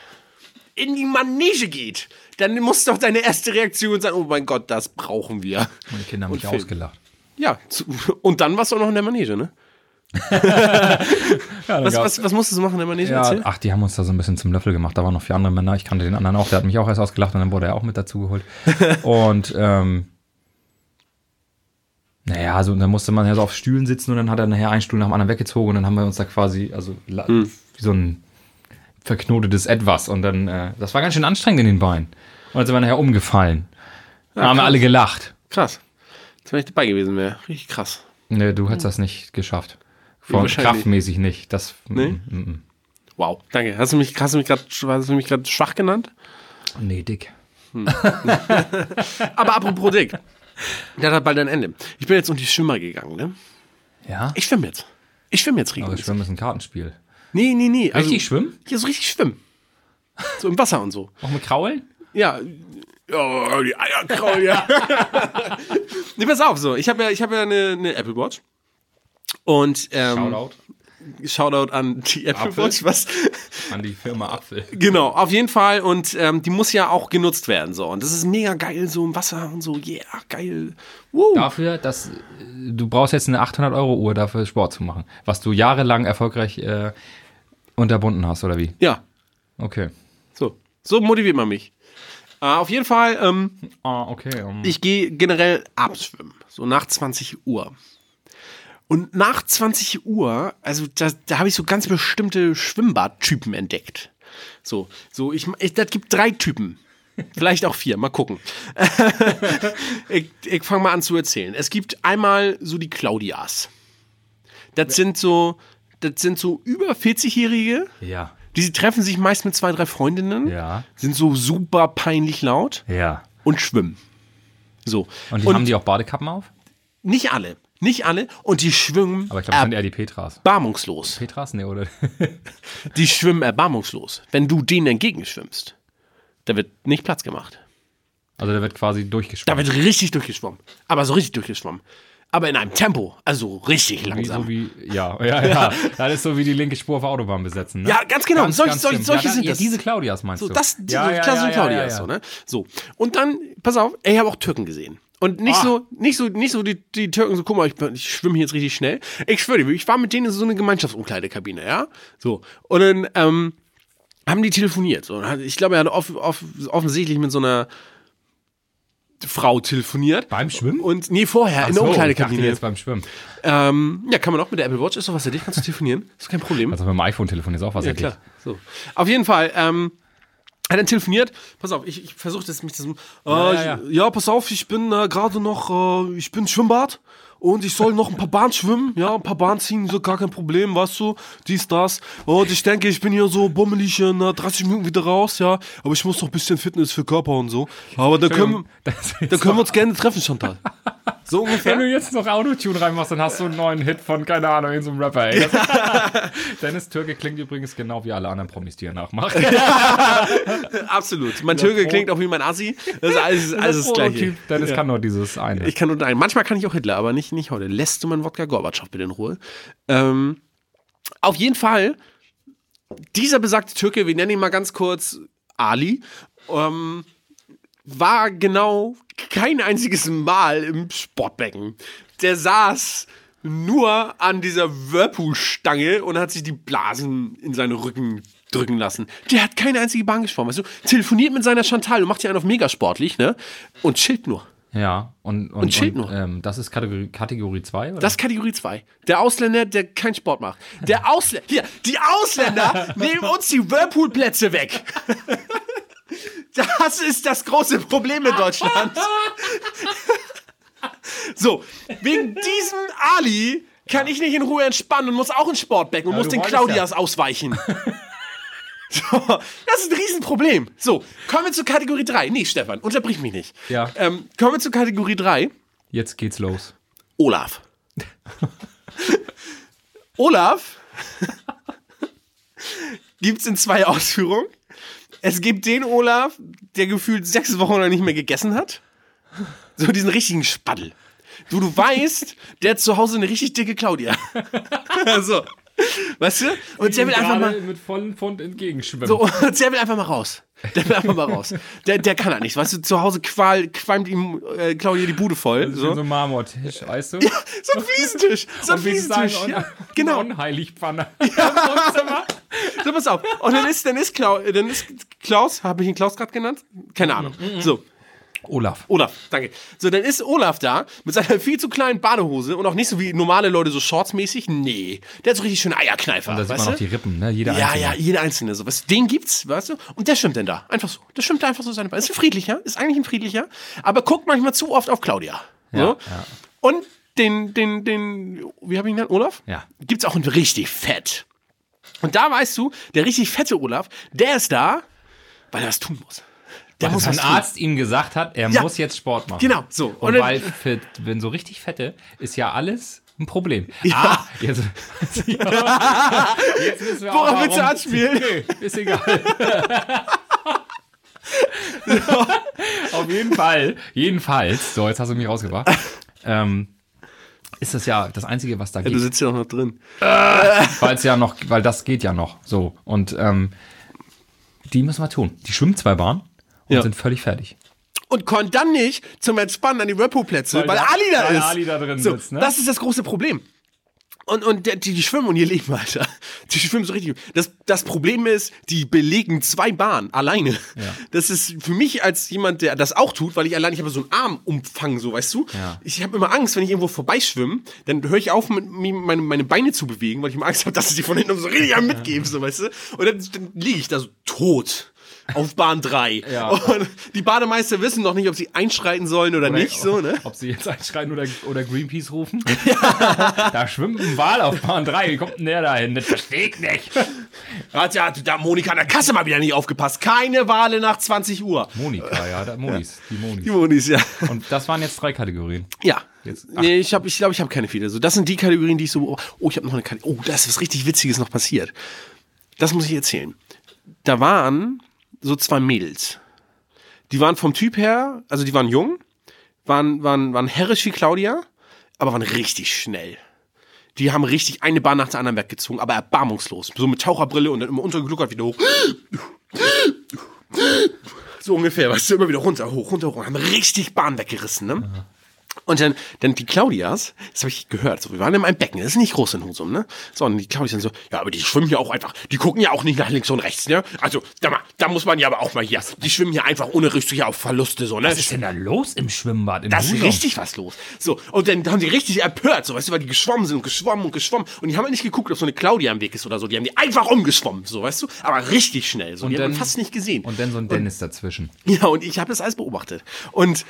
S2: in die Manege geht, dann muss doch deine erste Reaktion sein, oh mein Gott, das brauchen wir.
S1: meine Kinder haben mich
S2: Film.
S1: ausgelacht.
S2: Ja, zu- und dann warst du auch noch in der Manege, ne? was, was, was musstest du machen in der Manege?
S1: Ja,
S2: Erzähl.
S1: ach, die haben uns da so ein bisschen zum Löffel gemacht. Da waren noch vier andere Männer. Ich kannte den anderen auch. Der hat mich auch erst ausgelacht und dann wurde er auch mit dazu geholt. und ähm, naja, also und dann musste man ja so auf Stühlen sitzen und dann hat er nachher einen Stuhl nach dem anderen weggezogen und dann haben wir uns da quasi, also la-
S2: Hm.
S1: wie so ein verknotetes Etwas. Und dann, äh, das war ganz schön anstrengend in den Beinen. Und dann sind wir nachher umgefallen. Dann haben wir alle gelacht.
S2: Krass. Jetzt wäre ich dabei gewesen, wäre richtig krass.
S1: Nee, du hättest das nicht geschafft. Von
S2: wahrscheinlich.
S1: kraftmäßig nicht. Das,
S2: Nee? Wow, danke. Hast du mich, hast du mich gerade schwach genannt?
S1: nee, dick.
S2: Aber apropos Dick. Der hat bald ein Ende. Ich bin jetzt um die Schwimmer gegangen, ne?
S1: Ja?
S2: Ich schwimme jetzt. Oh, Ich schwimme jetzt
S1: Aber
S2: regelmäßig.
S1: Schwimmen ist ein Kartenspiel.
S2: Nee, nee, nee. Also,
S1: Richtig schwimmen?
S2: Ja, so richtig schwimmen. So im Wasser und so.
S1: Auch mit Kraulen?
S2: Ja. Ja, die Eier kraulen, ja. nee, pass auf, so. Ich habe ja, ich hab ja eine, eine Apple Watch. Und ähm,
S1: Shoutout
S2: Shoutout. an die Apple
S1: Apple.
S2: Watch, was
S1: an die Firma Apfel.
S2: Genau, auf jeden Fall. Und ähm, die muss ja auch genutzt werden. So. Und das ist mega geil, so im Wasser und so. Yeah, geil. Woo.
S1: Dafür, dass äh, du brauchst jetzt eine 800-Euro-Uhr dafür, Sport zu machen. Was du jahrelang erfolgreich äh, unterbunden hast, oder wie?
S2: Ja,
S1: Okay.
S2: so. So motiviert man mich. Äh, auf jeden Fall, ähm,
S1: Ah, okay. um-
S2: ich gehe generell abends schwimmen. So nach 20 Uhr. Und nach 20 Uhr, also da, da habe ich so ganz bestimmte Schwimmbadtypen entdeckt. So, so ich, ich das gibt drei Typen. Vielleicht auch vier, mal gucken. ich ich fange mal an zu erzählen. Es gibt einmal so die Claudias. Das sind so, das sind so über 40-Jährige.
S1: ja.
S2: Die treffen sich meist mit zwei, drei Freundinnen,
S1: Ja.
S2: sind so super peinlich laut
S1: Ja.
S2: und schwimmen. So.
S1: Und, die haben die auch Badekappen auf?
S2: nicht alle. Nicht alle. Und die schwimmen
S1: Aber ich glaube, das sind eher die Petras.
S2: erbarmungslos.
S1: Petras? Nee, oder?
S2: Die schwimmen erbarmungslos. Wenn du denen entgegenschwimmst, da wird nicht Platz gemacht.
S1: Also der wird quasi durchgeschwommen.
S2: Da wird richtig durchgeschwommen. Aber so richtig durchgeschwommen. Aber in einem Tempo. Also richtig
S1: Wie-
S2: langsam.
S1: So wie, ja, ja, ja. Das ist so wie die linke Spur auf der Autobahn besetzen. Ne?
S2: Ja, ganz genau. Solch- solch-
S1: schlimm.
S2: solche
S1: ja,
S2: sind
S1: ja,
S2: das.
S1: Diese Claudias meinst
S2: So,
S1: du?
S2: das, diese klassische Claudia ist so, ne? So. Und dann, pass auf, ey, ich habe auch Türken gesehen. Und nicht
S1: Ah.
S2: so, nicht so, nicht so die, die Türken so, guck mal, ich, bin- ich schwimme hier jetzt richtig schnell. Ich schwöre dir, ich war mit denen in so eine Gemeinschaftsumkleidekabine, ja? So. Und dann, ähm, haben die telefoniert. So. Und hat- Ich glaube, er hat off, off, offensichtlich mit so einer Frau telefoniert.
S1: Beim Schwimmen?
S2: Und, nee, vorher,
S1: so,
S2: in der
S1: ich dachte
S2: Umkleidekabine.
S1: jetzt beim Schwimmen.
S2: Ähm, ja, kann man auch mit der Apple Watch, ist doch was für dich, kannst du telefonieren. Ist doch kein Problem.
S1: Also mit dem iPhone-Telefon ist auch was
S2: Ja,
S1: ergibt.
S2: klar. So. Auf jeden Fall, ähm, hat dann telefoniert. Pass auf, ich, ich versuche das mich das. Äh, ja,
S1: ja, ja.
S2: pass auf, ich bin äh, gerade noch, äh, ich bin Schwimmbad und ich soll noch ein paar Bahnen schwimmen. Ja, ein paar Bahnen ziehen, so gar kein Problem, weißt du, dies, das. Und ich denke, ich bin hier so bummelig in äh, 30 Minuten wieder raus, ja. Aber ich muss noch ein bisschen Fitness für Körper und so. Aber da können,
S1: Das ist
S2: da können wir uns gerne treffen, Chantal. So
S1: Wenn du
S2: ungefähr.
S1: jetzt noch Autotune reinmachst, dann hast du einen neuen Hit von, keine Ahnung, in so einem Rapper, ey. Dennis Türke klingt übrigens genau wie alle anderen Promis, die er nachmacht.
S2: Absolut. Mein Türke klingt auch wie mein Assi. Das ist alles, alles das Gleiche.
S1: Prototyp, Oh, Dennis kann nur dieses eine.
S2: Ich kann nur nein. Manchmal kann ich auch Hitler, aber nicht, nicht heute. Lässt du meinen Wodka Gorbatschow bitte in Ruhe? Ähm, auf jeden Fall, dieser besagte Türke, wir nennen ihn mal ganz kurz Ali, ähm, war genau kein einziges Mal im Sportbecken. Der saß nur an dieser Whirlpool-Stange und hat sich die Blasen in seinen Rücken drücken lassen. Der hat keine einzige Bahn geschwommen, weißt du? Telefoniert mit seiner Chantal und macht hier einen auf mega sportlich, ne? Und chillt nur.
S1: ja, und, und,
S2: Und Schild nur.
S1: ähm, das ist Kategorie 2, Kategorie zwei, oder?
S2: Das ist Kategorie 2. Der Ausländer, der keinen Sport macht. Der Ausländer. Hier, die Ausländer nehmen uns die Whirlpool-Plätze weg. Das ist das große Problem in Deutschland. So, wegen diesem Ali kann ich nicht in Ruhe entspannen und muss auch ins Sportbecken und muss
S1: du
S2: den
S1: wolltest
S2: Claudias ausweichen. So, das ist ein Riesenproblem. So, kommen wir zu Kategorie 3. Nee, Stefan, unterbrich mich nicht.
S1: Ja.
S2: Ähm, kommen wir zu Kategorie 3.
S1: Jetzt geht's los.
S2: Olaf. Olaf gibt es in zwei Ausführungen. Es gibt den Olaf, der gefühlt sechs Wochen lang nicht mehr gegessen hat. So diesen richtigen Spaddel. Wo du weißt, der hat zu Hause eine richtig dicke Claudia. so. Weißt du? Und der will einfach mal.
S1: mit vollem Pfund entgegenschwimmen.
S2: So, und der will einfach mal raus. Der will einfach mal raus. Der, der kann halt nicht. Weißt du, zu Hause qual, qualmt ihm äh, Claudia die Bude voll.
S1: so.
S2: So.
S1: Also so ein Marmortisch, weißt du?
S2: So ein Fliesentisch. So ein
S1: Und wir sagen,
S2: Fliesentisch.
S1: un-
S2: Ja, genau.
S1: Unheiligpfanne.
S2: So, pass auf. Und dann ist, dann ist, Klau, dann ist Klaus, habe ich ihn Klaus gerade genannt? Keine Ahnung.
S1: Mhm,
S2: So,
S1: Olaf.
S2: Olaf, danke. So, dann ist Olaf da mit seiner viel zu kleinen Badehose und auch nicht so wie normale Leute so shortsmäßig. Nee, der hat so richtig schöne Eierkneifer.
S1: Da sieht
S2: weißt
S1: man auch
S2: du?
S1: die Rippen, ne? Jeder
S2: ja,
S1: einzelne.
S2: ja, jeder einzelne so. Was, den gibt's, weißt du? Und der schwimmt denn da. Einfach so. Der schwimmt einfach so seine Bahn. Ist ein friedlicher, ist eigentlich ein friedlicher, aber guckt manchmal zu oft auf Claudia. so. Und den, den, den, wie habe ich ihn genannt? Olaf?
S1: Ja.
S2: Gibt's auch einen richtig fett. Und da weißt du, der richtig fette Olaf, der ist da, weil er was tun muss. Der
S1: Dass
S2: muss was
S1: ein
S2: tun.
S1: Arzt ihm gesagt hat, er
S2: Ja.
S1: muss jetzt Sport machen.
S2: Genau, so.
S1: Und,
S2: Und dann-
S1: weil fit, wenn so richtig fette, ist ja alles ein Problem.
S2: Ja.
S1: Ah, jetzt, jetzt wissen wir
S2: Worauf
S1: auch,
S2: willst du
S1: warum-
S2: anspielen?
S1: Nee, ist egal. Auf jeden Fall, jedenfalls, so, jetzt hast du mich rausgebracht, ähm, ist das ja das Einzige, was da
S2: Ja, du
S1: geht.
S2: sitzt ja auch noch drin.
S1: Weil es ja noch, weil das geht ja noch. So. Und ähm, die müssen wir tun. Die schwimmen zwei Bahnen und
S2: Ja.
S1: sind völlig fertig.
S2: und konnte dann nicht zum Entspannen an die Repo-Plätze, weil,
S1: Weil da-
S2: Ali da
S1: weil
S2: ist.
S1: Ali da drin sitzt, ne?
S2: Das ist das große Problem. Und, und der- die, die schwimmen und ihr Leben, Alter. Die schwimmen so richtig. Das, das Problem ist, die belegen zwei Bahnen alleine. Das ist für mich als jemand, der das auch tut, weil ich allein, ich habe so einen Armumfang, so weißt du.
S1: Ja.
S2: Ich habe immer Angst, wenn ich irgendwo vorbeischwimme, dann höre ich auf, mit, mir meine, meine Beine zu bewegen, weil ich immer Angst habe, dass sie von hinten so richtig am mitgeben, so weißt du. Und dann, dann liege ich da so tot auf Bahn 3.
S1: Ja.
S2: Und die Bademeister wissen noch nicht, ob sie einschreiten sollen oder,
S1: Oder
S2: nicht, so, ne?
S1: Ob sie jetzt einschreien oder, oder Greenpeace rufen. da schwimmt ein Wal auf Bahn 3. Wie kommt denn der da hin? Das verstehe ich nicht.
S2: Hat ja hat da Monika an der Kasse mal wieder nicht aufgepasst. Keine Wale nach 20 Uhr.
S1: Monika, ja, da, Monis, die
S2: Die
S1: Monis.
S2: Monis, ja.
S1: Und das waren jetzt drei Kategorien.
S2: Ja.
S1: Jetzt- ach.
S2: nee, ich glaube, ich, glaub, ich habe keine viele. So, das sind die Kategorien, die ich so. Oh, ich habe noch eine Kategorie. Oh, da ist was richtig Witziges noch passiert. Das muss ich erzählen. Da waren so zwei Mädels. Die waren vom Typ her, also die waren jung, waren, waren, waren herrisch wie Claudia, aber waren richtig schnell. Die haben richtig eine Bahn nach der anderen weggezogen, aber erbarmungslos. So mit Taucherbrille und dann immer untergegluckert wieder hoch. So ungefähr, weißt du, immer wieder runter, hoch, runter, hoch. Haben richtig Bahn weggerissen, ne? Und dann, dann die Claudias, das habe ich gehört, so, wir waren in meinem Becken, das ist nicht groß in Husum, ne? So, und die Claudias dann so, ja, aber die schwimmen ja auch einfach, die gucken ja auch nicht nach links und rechts, ne? Also, da, mal, da muss man ja aber auch mal hier, die schwimmen hier einfach ohne Rücksicht auf Verluste, so, ne?
S1: Was ist denn da los im Schwimmbad? Im
S2: Da ist
S1: Husum?
S2: richtig was los. So, und dann haben die richtig empört, so, weißt du, weil die geschwommen sind und geschwommen und geschwommen. Und die haben halt nicht geguckt, ob so eine Claudia im Weg ist oder so. Die haben die einfach umgeschwommen, so, weißt du? Aber richtig schnell, so. die hat man fast nicht gesehen.
S1: Und dann so ein Dennis dazwischen.
S2: Ja, und ich habe das alles beobachtet. Und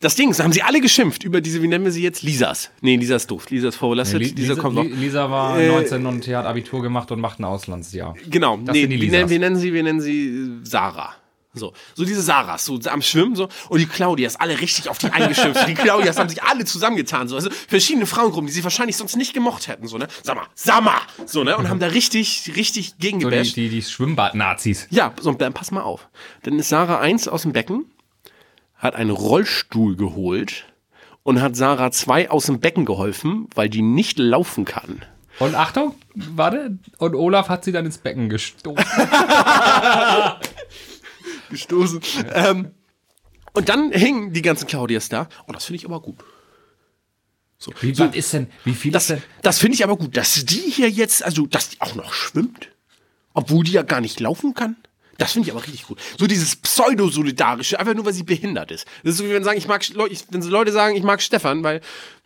S2: das Ding, ist, da haben sie alle geschimpft über diese, wie nennen wir sie jetzt? Lisas. Nee, Lisa ist doof. Lisa ist vorbelastet.
S1: Li-
S2: Lisa, kommt noch.
S1: Li- Lisa Äh, war 19 und hat Abitur gemacht und macht ein Auslandsjahr.
S2: Genau,
S1: Das
S2: nee,
S1: sind die
S2: wie,
S1: Lisas.
S2: nennen, wie nennen sie, wir nennen sie äh, Sarah. So, so diese Sarahs, so am Schwimmen, so. Und die Claudias, alle richtig auf die eingeschimpft. Die Claudias haben sich alle zusammengetan, so. Also verschiedene Frauengruppen, die sie wahrscheinlich sonst nicht gemocht hätten, so, ne? Sag mal, sag mal! So, ne? Und haben da richtig, richtig
S1: so die,
S2: gegengebasht.
S1: die, die Schwimmbad-Nazis.
S2: Ja, so, dann pass mal auf. Dann ist Sarah eins aus dem Becken, hat einen Rollstuhl geholt und hat Sarah zwei aus dem Becken geholfen, weil die nicht laufen kann.
S1: Und Achtung, warte. Und Olaf hat sie dann ins Becken gestoßen.
S2: gestoßen. Ähm, und dann hingen die ganzen Claudias da. Und das finde ich aber gut.
S1: Wie, was ist denn, wie viel ist
S2: Das,
S1: denn?
S2: das finde ich aber gut, dass die hier jetzt, also dass die auch noch schwimmt, obwohl die ja gar nicht laufen kann. Das finde ich aber richtig gut. So dieses pseudo-solidarische, einfach nur, weil sie behindert ist. Das ist so, wie wenn, sagen, ich mag, Sch- Leu- ich, wenn so Leute sagen, ich mag Stefan, weil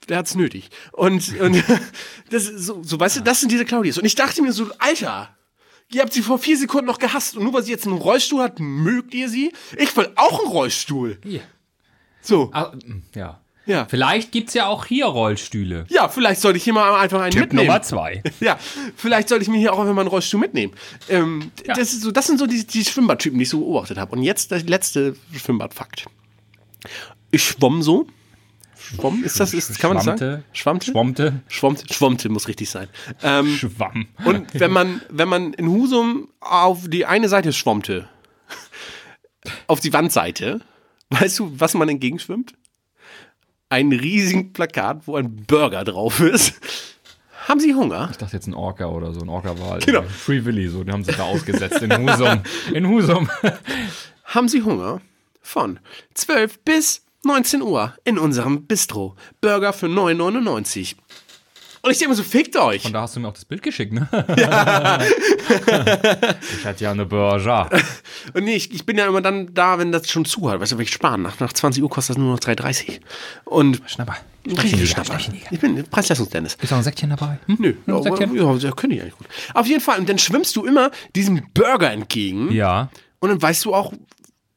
S2: der hat's nötig. Und, und das ist so, so, weißt du, das sind diese Claudias. Und ich dachte mir so, Alter, Ihr habt sie vor vier Sekunden noch gehasst und nur weil sie jetzt einen Rollstuhl hat, mögt ihr sie? Ich will auch einen Rollstuhl.
S1: Hier.
S2: So.
S1: Ah, mm, ja.
S2: Ja.
S1: Vielleicht gibt's ja auch hier Rollstühle.
S2: Ja, vielleicht sollte ich hier mal einfach einen mitnehmen.
S1: zwei.
S2: Ja, vielleicht sollte ich mir hier auch einfach mal einen Rollstuhl mitnehmen. Ähm, d- das, ist so, das sind so die, die Schwimmbadtypen, die ich so beobachtet habe. Und jetzt der letzte Schwimmbadfakt. Ich schwamm so. Schwamm, ist das, ist, kann man das sagen?
S1: Schwammte.
S2: Schwammte? Schwammte, Schwammte muss richtig sein. Ähm,
S1: Schwamm.
S2: und wenn man, wenn man in Husum auf die eine Seite schwammte, auf die Wandseite, weißt du, was man entgegenschwimmt? Ein riesigen Plakat, wo ein Burger drauf ist. Haben Sie Hunger?
S1: Ich dachte jetzt ein Orca oder so, ein Orca-Wal.
S2: Genau.
S1: Free Willy, so, den haben sie da ausgesetzt in Husum. In Husum.
S2: haben Sie Hunger? Von 12 bis 19 Uhr in unserem Bistro. Burger für 9,99. Und ich denke mir so, fickt euch.
S1: Und da hast du mir auch das Bild geschickt, ne? ich hatte ja eine Börse.
S2: Und nee, ich, ich bin ja immer dann da, wenn das schon zu hat. Weißt du, wenn ich sparen. Nach, nach 20 Uhr kostet das nur noch 3,30. Und
S1: Schnapper.
S2: richtig Schnapper. Ich bin Preisleistungs-Dennis.
S1: Ist noch ein Säckchen dabei? Hm?
S2: Nö, ja,
S1: Ein
S2: aber-
S1: Säckchen?
S2: ja, das könnte ich eigentlich gut. Auf jeden Fall. Und dann schwimmst du immer diesem Burger entgegen.
S1: Ja.
S2: Und dann weißt du auch,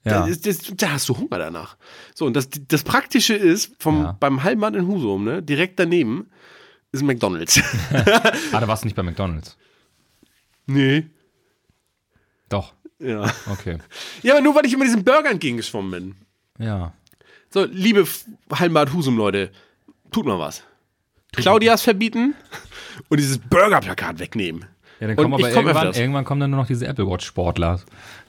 S1: Ja.
S2: da, ist- das, da hast du Hunger danach. So, und das, das Praktische ist, vom,
S1: Ja.
S2: beim Hallenbad in Husum, ne, direkt daneben, ist ein McDonalds.
S1: Ah, da warst du nicht bei McDonalds.
S2: nee.
S1: Doch.
S2: Ja.
S1: Okay.
S2: ja, aber nur weil ich immer diesen Burger entgegengeschwommen bin.
S1: Ja.
S2: So, liebe F- Hallenbad Husum-Leute, tut mal was. Claudias verbieten und dieses Burger-Plakat wegnehmen.
S1: Ja, dann
S2: Und
S1: kommen aber
S2: ich komm
S1: irgendwann,
S2: öfters.
S1: irgendwann kommen dann nur noch diese Apple Watch-Sportler.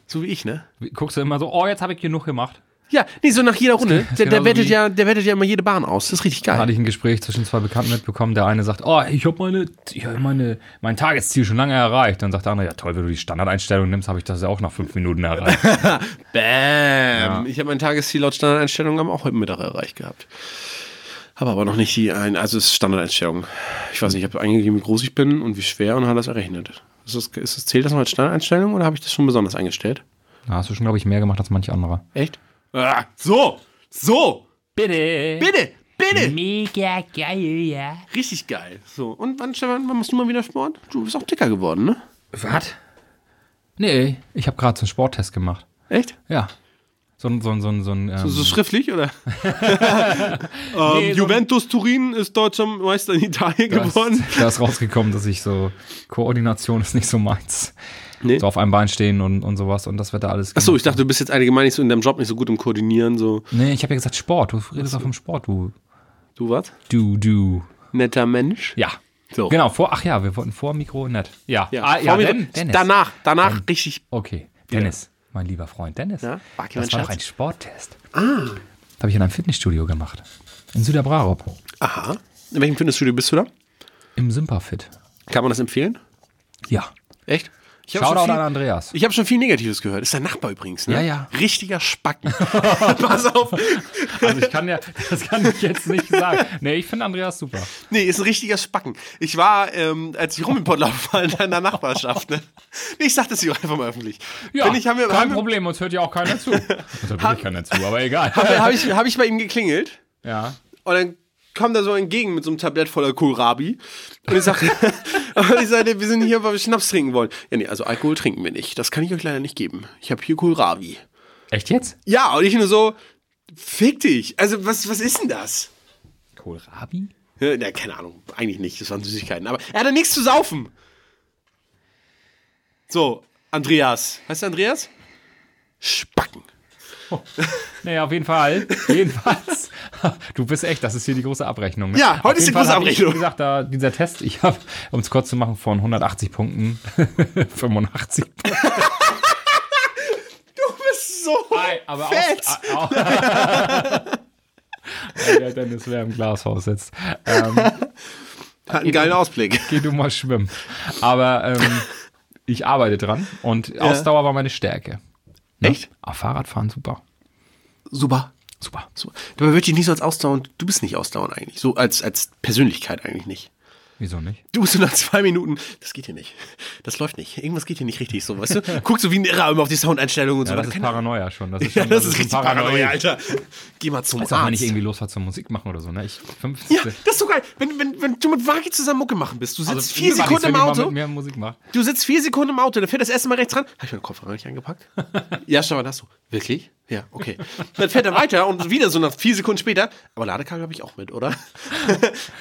S2: So wie ich, ne?
S1: Guckst du immer so, oh, jetzt habe ich genug gemacht.
S2: Ja, nee, so nach jeder Runde. Der, der,
S1: genauso
S2: wettet
S1: Genau wie-
S2: ja, der wettet ja immer jede Bahn aus. Das ist richtig geil.
S1: hatte ich ein Gespräch zwischen zwei Bekannten mitbekommen. Der eine sagt, oh, ich habe meine, ich hab meine, mein Tagesziel schon lange erreicht. Dann sagt der andere, ja toll, wenn du die Standardeinstellung nimmst, habe ich das ja auch nach fünf Minuten erreicht.
S2: Bam! Ich habe mein Tagesziel laut Standardeinstellung am auch heute Mittag erreicht gehabt. Habe aber noch nicht die ein, also es ist Standardeinstellung. Ich weiß nicht, ich habe eingegeben, wie groß ich bin und wie schwer und habe das errechnet. Ist das, ist das, zählt das noch als Standardeinstellung oder habe ich das schon besonders eingestellt?
S1: Da hast du schon, glaube ich, mehr gemacht als manch anderer.
S2: Echt? Ah, so! So!
S1: Bitte.
S2: Bitte! Bitte!
S3: Mega geil, ja.
S2: Richtig geil. So, und wann, Stefan, wann machst du mal wieder Sport? Du bist auch dicker geworden, ne?
S1: Was? Nee, ich habe gerade so einen Sporttest gemacht.
S2: Echt?
S1: Ja. So ein, so ein, so ein, so ein ähm,
S2: So Also schriftlich, oder? Ähm,
S1: so-
S2: Juventus Turin ist deutscher Meister in Italien geworden.
S1: Da ist rausgekommen, dass ich so, Koordination ist nicht so meins.
S2: Nee.
S1: So auf einem Bein stehen und, und sowas und das wird da alles
S2: Achso, ich dachte, du bist jetzt allgemein nicht so in deinem Job nicht so gut im Koordinieren, so.
S1: Nee, ich habe ja gesagt Sport. Du redest auch vom Sport, du.
S2: Du was?
S1: Du, du.
S2: Netter Mensch.
S1: Ja.
S2: So.
S1: Genau, vor, ach ja, wir wollten vor Mikro und nett. Ja,
S2: Oh. Ja.
S1: Ah, ja
S2: Vor mir-
S1: Den- Dennis.
S2: Danach, danach richtig.
S1: Okay, Dennis. mein lieber Freund Dennis.
S2: Ja? Wacki, mein
S1: das war doch
S2: Schatz.
S1: ein Sporttest. Ah. Habe ich in einem Fitnessstudio gemacht. In Süderbrarup.
S2: Aha. In welchem Fitnessstudio bist du da?
S1: Im Simperfit.
S2: Kann man das empfehlen?
S1: Ja.
S2: Echt? Ich hab schon
S1: Shoutout
S2: viel-
S1: an Andreas.
S2: Ich habe schon viel Negatives gehört. Ist dein Nachbar übrigens, ne?
S1: Ja, ja.
S2: Richtiger Spacken. Pass auf.
S1: Also ich kann ja, das kann ich jetzt nicht sagen. Nee, ich finde Andreas super.
S2: Nee, ist ein richtiger Spacken. Ich war, ähm, als ich rum im Pottlauf war, in deiner Nachbarschaft. Ne? Nee, ich sag das hier einfach mal öffentlich.
S1: Ja,
S2: Bin ich, haben wir,
S1: kein
S2: haben wir-
S1: Problem, uns hört ja auch keiner zu. Uns hört wirklich keiner zu, aber egal.
S2: Hab, hab ich, hab ich bei ihm geklingelt
S1: Ja.
S2: und dann kam da so entgegen mit so einem Tablett voller Kohlrabi. Und ich sag, und ich sagte, wir sind hier, weil wir Schnaps trinken wollen. Ja, nee, also Alkohol trinken wir nicht. Das kann ich euch leider nicht geben. Ich habe hier Kohlrabi.
S1: Echt jetzt?
S2: Ja, und ich nur so, fick dich. Also, was, was ist denn das?
S1: Kohlrabi?
S2: Ja, Ne, na, keine Ahnung, eigentlich nicht, das waren Süßigkeiten. Aber er hatte nichts zu saufen. So, Andreas. Heißt du Andreas? Spacken.
S1: Naja, auf jeden Fall. Jedenfalls. Du bist echt, das ist hier die große Abrechnung. ne?
S2: Ja, heute
S1: Auf
S2: ist
S1: jeden Fall
S2: die große
S1: hab ich,
S2: Abrechnung.
S1: Wie gesagt, da, dieser Test, ich habe, um es kurz zu machen, von 180 Punkten 85 Punkte.
S2: Du bist so
S1: aber
S2: fett.
S1: Aus, ja, Dennis, wer im Glashaus sitzt. Ähm,
S2: Hat einen geilen Ausblick.
S1: geh du mal schwimmen. Aber ähm, ich arbeite dran und Ausdauer war meine Stärke. Ne?
S2: Echt?
S1: Ah, Fahrradfahren, super.
S2: Super.
S1: Super.
S2: Super. Dabei würde ich nicht so als ausdauernd, du bist nicht ausdauernd eigentlich. So als, als Persönlichkeit eigentlich nicht.
S1: Wieso nicht?
S2: Du bist so nach zwei Minuten, das geht hier nicht. Das läuft nicht. Irgendwas geht hier nicht richtig so, weißt du? Guckst du wie ein Irrer immer auf die Soundeinstellungen und
S1: Ja,
S2: so.
S1: das ist
S2: Keine-
S1: Paranoia schon. Das ist,
S2: ja,
S1: schon,
S2: das ist richtig
S1: ein
S2: Paranoia,
S1: Paranoid.
S2: Alter. Geh mal zum
S1: Als auch wenn ich
S2: Arzt.
S1: irgendwie los war zum Musik machen oder so, ne? Ich, fünf,
S2: Ja, das ist so geil. Wenn, wenn, wenn du mit Waki zusammen Mucke machen bist, du sitzt
S1: also,
S2: vier
S1: niemand
S2: Sekunden im
S1: nichts, wenn jemand
S2: Auto,
S1: Mit mir Musik macht.
S2: du sitzt vier Sekunden im Auto, dann fährt das erste Mal rechts ran. Habe ich meine Kopfhörer nicht angepackt? ja, Stefan, hast du. Wirklich? Ja, okay. Dann fährt er weiter und wieder so nach vier Sekunden später. Aber Ladekabel habe ich auch mit, oder?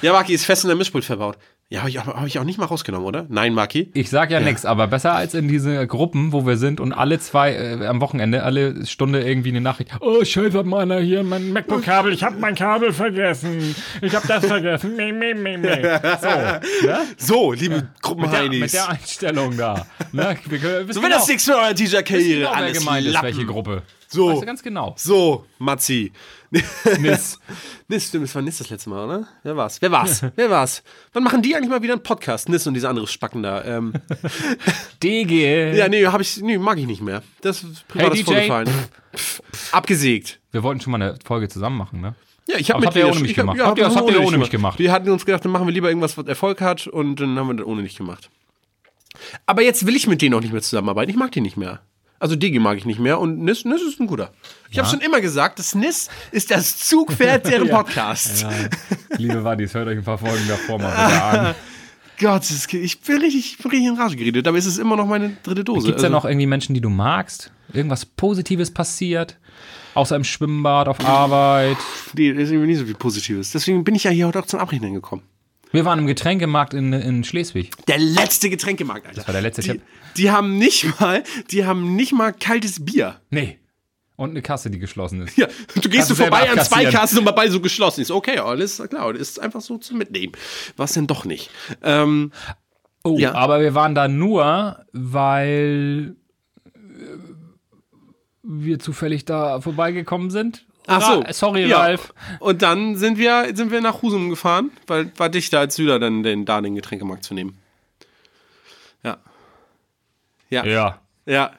S2: ja, Waki ist fest in der Mischpult verbaut. Ja, habe ich, auch- hab ich auch nicht mal rausgenommen, oder? Nein, Waki.
S1: Ich sag ja, nix, aber besser als in diese Gruppen, wo wir sind und alle zwei äh, am Wochenende, alle Stunde irgendwie eine Nachricht. Oh, scheiße, hat meiner hier mein MacBook-Kabel. Ich hab mein Kabel vergessen. Ich hab das vergessen. Meh, meh, meh, meh. So, ne?
S2: So, liebe ja.
S1: Mit der, mit
S2: Gruppenheinis.
S1: der Einstellung da. Ne? Wir können,
S2: So, wenn das nichts für eure
S1: genau,
S2: Teacher-Karriere
S1: genau, wer
S2: alles
S1: gemeint ist,
S2: Lappen.
S1: welche Gruppe.
S2: So.
S1: Weißt du ganz genau.
S2: So, Matzi.
S1: Nis.
S2: Nis, stimmt, es war Nis das letzte Mal, oder? Wer war's? Wer war's? Wer war's? Wann machen die eigentlich mal wieder einen Podcast? Nis und diese andere Spacken da. Ähm,
S1: DG.
S2: ja, nee, hab ich, nee, mag ich nicht mehr. Das ist privates
S1: Hey, DJ.
S2: vorgefallen. Abgesägt.
S1: Wir wollten schon mal eine Folge zusammen machen, ne?
S2: Ja, ich hab
S1: Aber das habt ihr
S2: dir-
S1: ohne mich
S2: ich hab-
S1: gemacht.
S2: Ja,
S1: Habt ihr- das habt ihr ohne mich gemacht.
S2: Wir hatten uns gedacht, dann machen wir lieber irgendwas, was Erfolg hat und dann haben wir das ohne nicht gemacht. Aber jetzt will ich mit denen auch nicht mehr zusammenarbeiten. Ich mag die nicht mehr. Also Digi mag ich nicht mehr und Nis, Nis ist ein guter. Ich habe schon immer gesagt, das Nis ist das Zugpferd deren Podcast.
S1: Liebe Wadis, hört euch ein paar Folgen davor mal wieder an.
S2: Gott, das, ich bin richtig, ich bin richtig in Rage geredet. Dabei ist es immer noch meine dritte Dose.
S1: Gibt es denn noch
S2: Also-
S1: irgendwie Menschen, die du magst? Irgendwas Positives passiert? Außer im Schwimmbad, auf Arbeit.
S2: Nee, das ist irgendwie nicht so viel Positives. Deswegen bin ich ja hier heute auch zum Abrechnen gekommen.
S1: Wir waren im Getränkemarkt in, in Schleswig.
S2: Der letzte Getränkemarkt, Alter. Das
S1: war der letzte
S2: die,
S1: Tipp.
S2: Die haben nicht mal, die haben nicht mal kaltes Bier.
S1: Nee. Und eine Kasse, die geschlossen ist.
S2: Ja, du gehst
S1: Kannst
S2: so
S1: du selber
S2: vorbei an zwei
S1: abkassieren.
S2: Kassen und bei beiden so geschlossen ist. Okay, alles klar, das ist einfach so zum Mitnehmen. War es denn doch nicht. Ähm,
S1: Oh,
S2: Ja.
S1: aber wir waren da nur, weil äh, wir zufällig da vorbeigekommen sind.
S2: ach so.
S1: Ra- Sorry,
S2: Ja.
S1: Ralf.
S2: Und dann sind wir, sind wir nach Husum gefahren, weil war dichter als Süder, dann den, da den Getränkemarkt zu nehmen. Ja. Ja. Ja.
S1: Ja,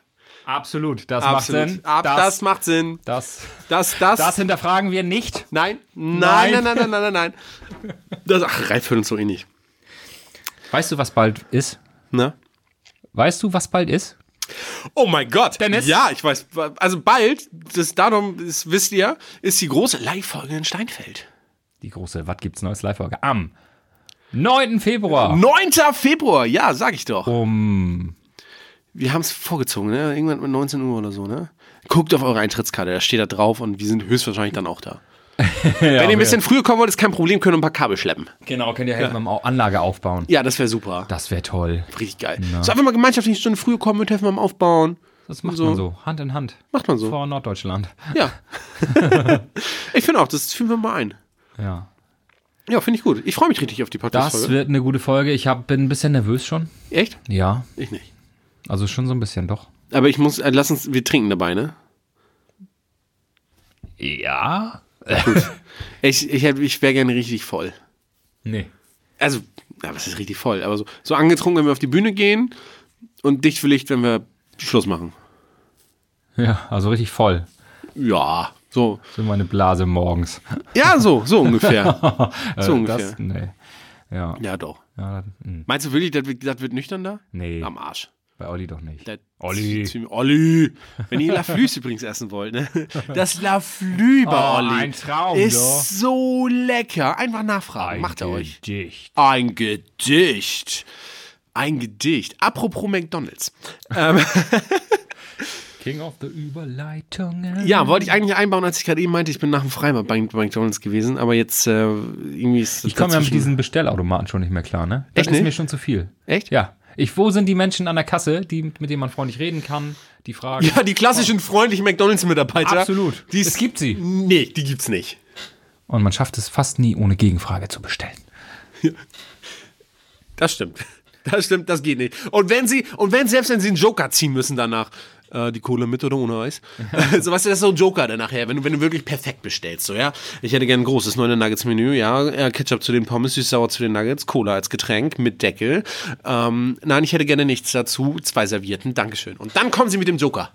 S1: absolut. Das
S2: Absolut.
S1: macht Sinn.
S2: Ab, das, macht Sinn.
S1: das,
S2: Das, das.
S1: das hinterfragen wir nicht.
S2: nein. Nein,
S1: Nein.
S2: nein, nein, nein, nein, nein, nein. Das, ach, Ralf hört uns so eh nicht.
S1: Weißt du, was bald ist?
S2: Ne?
S1: Weißt du, was bald ist?
S2: Oh mein Gott.
S1: Dennis?
S2: Ja, ich weiß. Also bald, das Datum, das wisst ihr, ist die große Live-Folge in Steinfeld.
S1: Die große Was gibt's Neues Live-Folge am 9. Februar.
S2: 9. Februar, ja, sag ich doch.
S1: Um,
S2: Wir haben es vorgezogen, ne? Irgendwann mit 19 Uhr oder so, ne? Guckt auf eure Eintrittskarte, da steht da drauf und wir sind höchstwahrscheinlich dann auch da. Wenn ihr ein bisschen früher kommen wollt, ist kein Problem, können ein paar Kabel schleppen.
S1: genau, könnt ihr helfen beim Au- Anlage aufbauen.
S2: Ja, das wäre super.
S1: Das wäre toll.
S2: Richtig geil. So einfach mal gemeinschaftlich eine Stunde früher kommen und helfen beim Aufbauen.
S1: Das macht
S2: So.
S1: man so, Hand in Hand.
S2: Macht man so.
S1: Vor Norddeutschland.
S2: Ja. ich finde auch, das fühlen wir mal ein.
S1: Ja.
S2: Ja, finde ich gut. Ich freue mich richtig auf die
S1: Das
S2: Podcast-Folge.
S1: wird eine gute Folge. Ich hab, bin ein bisschen nervös schon.
S2: Echt?
S1: Ja,
S2: Ich nicht.
S1: also schon so ein bisschen, doch.
S2: Aber ich muss, äh, lass uns, wir trinken dabei, ne?
S1: Ja?
S2: Ich, ich, hätt- ich wäre gerne richtig voll.
S1: Nee.
S2: Also, ja, was ist richtig voll? Aber so, so angetrunken, wenn wir auf die Bühne gehen und dicht für Licht, wenn wir Schluss machen.
S1: Ja, also richtig voll.
S2: Ja, so.
S1: So meine Blase morgens. Äh,
S2: Ja, so, so ungefähr. So ungefähr.
S1: Das, nee. Ja.
S2: ja, doch.
S1: ja das, mh.
S2: Meinst du wirklich, das wird, das wird nüchtern da?
S1: Nee.
S2: Am Arsch.
S1: Bei Olli doch nicht.
S2: Das-
S1: Olli.
S2: Ziem- Olli. Wenn ihr Laflüs übrigens essen wollt, ne? Das Laflü bei
S1: Oh,
S2: Olli
S1: ein Traum,
S2: ist
S1: doch.
S2: so lecker. Einfach nachfragen. Macht ihr euch.
S1: Dicht.
S2: Ein Gedicht. Ein Gedicht. Apropos McDonalds. Ähm,
S1: King of the Überleitungen.
S2: ja, wollte ich eigentlich einbauen, als ich gerade eben meinte, ich bin nach dem Freibad bei, bei McDonalds gewesen, aber jetzt äh, irgendwie ist
S1: Ich komme ja mit
S2: dazwischen-
S1: diesen Bestellautomaten schon nicht mehr klar, ne? Das
S2: Echt
S1: ist
S2: nicht?
S1: mir schon zu viel.
S2: Echt?
S1: Ja. Ich, wo sind die Menschen an der Kasse, die, mit denen man freundlich reden kann, die fragen?
S2: Ja, die klassischen freundlichen McDonalds-Mitarbeiter.
S1: Absolut.
S2: Die
S1: Es gibt sie.
S2: Nee, die gibt's nicht.
S1: Und man schafft es fast nie, ohne Gegenfrage zu bestellen.
S2: Das stimmt. Das stimmt, das geht nicht. Und wenn sie, und wenn, selbst wenn sie einen Joker ziehen müssen danach, äh, die Kohle mit oder ohne Eis. so, weißt du, das ist so ein Joker dann nachher, wenn du, wenn du wirklich perfekt bestellst, so, ja. Ich hätte gern ein großes neue Nuggets-Menü, ja. Äh, Ketchup zu den Pommes, süß-sauer zu den Nuggets, Cola als Getränk mit Deckel. Ähm, nein, ich hätte gerne nichts dazu, zwei Servietten, Dankeschön. Und dann kommen sie mit dem Joker.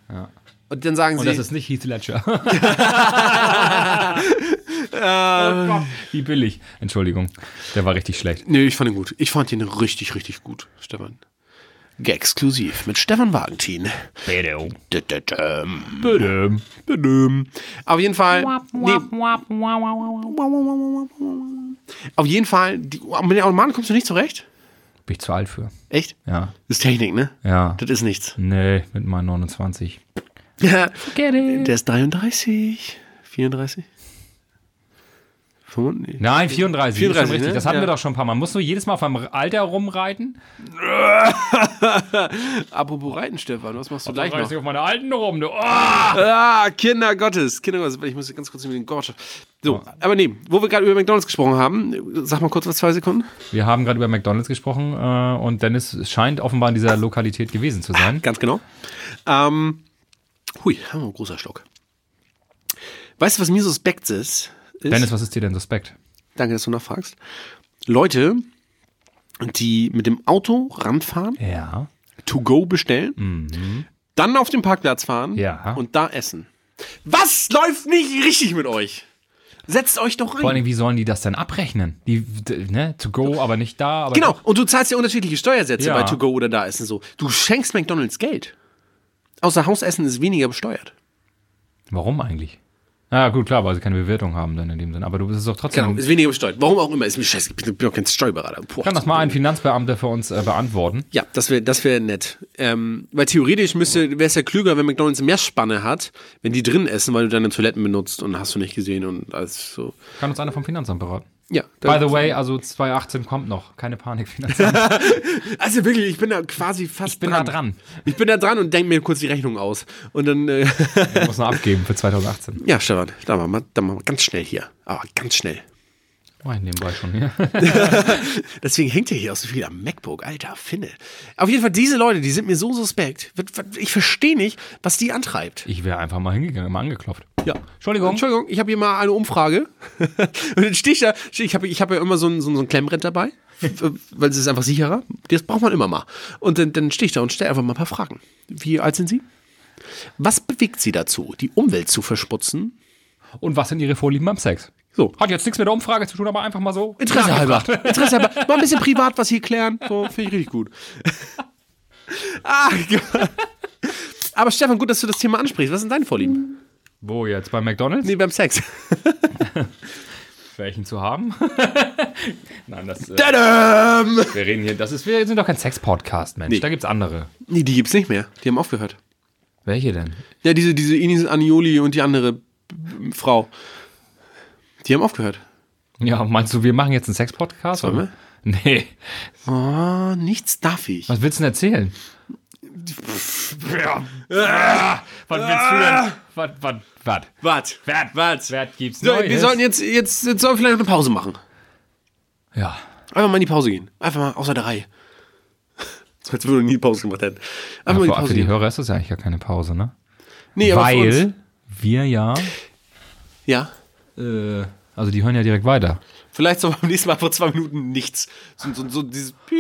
S2: Und dann sagen
S1: Und
S2: sie,
S1: das ist nicht Heath Ledger. Oh
S2: Ähm.
S1: Gott, Wie billig. Entschuldigung, der war richtig schlecht.
S2: nee, ich fand ihn gut. Ich fand ihn richtig, richtig gut, Stefan. Exklusiv mit Stefan Wagentin.
S1: Bitte.
S2: Dö, dö, dö.
S1: Bitte.
S2: Badum. Auf jeden Fall. Nee. Auf jeden Fall. Die, mit den Automaten kommst du nicht zurecht?
S1: Bin ich zu alt für.
S2: Echt?
S1: Ja.
S2: Das ist Technik, ne?
S1: Ja.
S2: Das ist nichts.
S1: Nee, mit meinen 29.
S2: Der
S1: Get it.
S2: ist 33, 34. 35.
S1: Nein, 34.
S2: 34,
S1: schon richtig.
S2: ne?
S1: Das hatten
S2: Ja.
S1: wir doch schon ein paar Mal. Musst du jedes Mal auf einem Alter rumreiten?
S2: Apropos Reiten, Stefan, was machst du gleich
S1: Reite
S2: noch?
S1: ich auf meiner alten rum. Du. Ah!
S2: Ah, Kinder Gottes, Kinder Gottes. Ich muss ganz kurz mit den Gorge. So, aber nee, wo wir gerade über McDonalds gesprochen haben, sag mal kurz was, zwei Sekunden.
S1: Wir haben gerade über McDonalds gesprochen äh, und Dennis scheint offenbar in dieser Lokalität gewesen zu sein.
S2: Ganz genau. Ähm, hui, haben wir einen großer Schluck. Weißt du, was mir suspekt ist? ist
S1: Dennis, was ist dir denn suspekt?
S2: danke, dass du nachfragst. Leute, die mit dem Auto ranfahren,
S1: Ja.
S2: to go bestellen, dann auf den Parkplatz fahren
S1: Mhm. Ja.
S2: und da essen. Was läuft nicht richtig mit euch? Setzt euch doch
S1: Vor
S2: rein.
S1: allem, wie sollen die das denn abrechnen? Die, d- ne, to go, aber nicht da. Aber
S2: Genau, und du zahlst ja unterschiedliche Steuersätze
S1: Ja.
S2: bei to go oder da essen so. Du schenkst McDonalds Geld. Außer Hausessen ist weniger besteuert.
S1: Warum eigentlich? Na gut, klar, weil sie keine Bewertung haben dann in dem Sinn. Aber du bist es doch trotzdem.
S2: Genau, ist weniger besteuert. Warum auch immer, ist mir scheiße. Ich bin- bin doch kein Steuerberater. Boah.
S1: Kann das mal ein Finanzbeamter für uns äh, beantworten?
S2: Ja, das wäre das wär nett. Ähm, weil theoretisch müsste, wäre es ja klüger, wenn McDonalds mehr Spanne hat, wenn die drin essen, weil du deine Toiletten benutzt und hast du nicht gesehen und alles so.
S1: Kann uns einer vom Finanzamt beraten?
S2: Ja.
S1: By the way, also 2018 kommt noch. Keine Panik, Finanzamt.
S2: also wirklich, ich bin da quasi fast
S1: Ich bin da
S2: dran.
S1: dran.
S2: Ich bin da dran und denke mir kurz die Rechnung aus. Und dann, äh,
S1: Ich muss noch abgeben für 2018.
S2: ja, Stefan, da machen, wir, da machen wir ganz schnell hier. Aber ganz schnell.
S1: Oh, ich nebenbei schon hier.
S2: Deswegen hängt ja hier auch so viel am MacBook, alter Finne. Auf jeden Fall, diese Leute, die sind mir so suspekt. Ich verstehe nicht, was die antreibt.
S1: Ich wäre einfach mal hingegangen, mal angeklopft.
S2: Ja.
S1: Entschuldigung.
S2: Entschuldigung, ich habe hier mal eine Umfrage. Und dann stehe ich da, steh- ich habe ich hab ja immer so ein, so ein so ein Klemmbrett dabei, f- weil es ist einfach sicherer. Das braucht man immer mal. Und dann, dann stehe ich da und stelle einfach mal ein paar Fragen. Wie alt sind Sie? Was bewegt Sie dazu, die Umwelt zu verschmutzen?
S1: Und was sind Ihre Vorlieben beim Sex?
S2: So.
S1: Hat jetzt nichts mit der Umfrage zu tun, aber einfach mal so.
S2: Interesse halber. Interesse halber. Mal ein bisschen privat was hier klären. So, finde ich richtig gut. ah, Gott. Aber Stefan, gut, dass du das Thema ansprichst. Was sind deine Vorlieben?
S1: Wo jetzt? Bei McDonalds?
S2: Nee, beim Sex.
S1: Welchen zu haben? Nein, das, äh,
S2: Tadam!
S1: wir reden hier, das ist, wir sind doch kein Sex-Podcast, Mensch. Da gibt's andere.
S2: Nee, die gibt's nicht mehr. Die haben aufgehört.
S1: Welche denn?
S2: Ja, diese, diese Ines Anioli und die andere b- b- Frau. Die haben aufgehört.
S1: Ja, meinst du, wir machen jetzt einen Sex-Podcast?
S2: Sollen
S1: oder? Nee. Ah,
S2: Oh, nichts darf ich.
S1: Was willst du denn erzählen? Ja. Ah. Was willst du denn? Was, was, was?
S2: Wart,
S1: Wert,
S2: wart.
S1: Wert gibt's
S2: So,
S1: Neues?
S2: wir sollten jetzt, jetzt, jetzt sollen wir vielleicht noch eine Pause machen.
S1: Ja.
S2: Einfach mal in die Pause gehen. Einfach mal außer der Reihe. So als würde er nie Pause gemacht hätten. Einfach mal die
S1: Für, für
S2: Pause.
S1: die
S2: nehmen.
S1: Hörer ist das ja eigentlich gar keine Pause, ne?
S2: Nee, aber für uns.
S1: Weil wir ja,
S2: Ja.
S1: äh, also die hören ja direkt weiter.
S2: Vielleicht so beim nächsten Mal vor zwei Minuten nichts. So, so, so dieses Piep.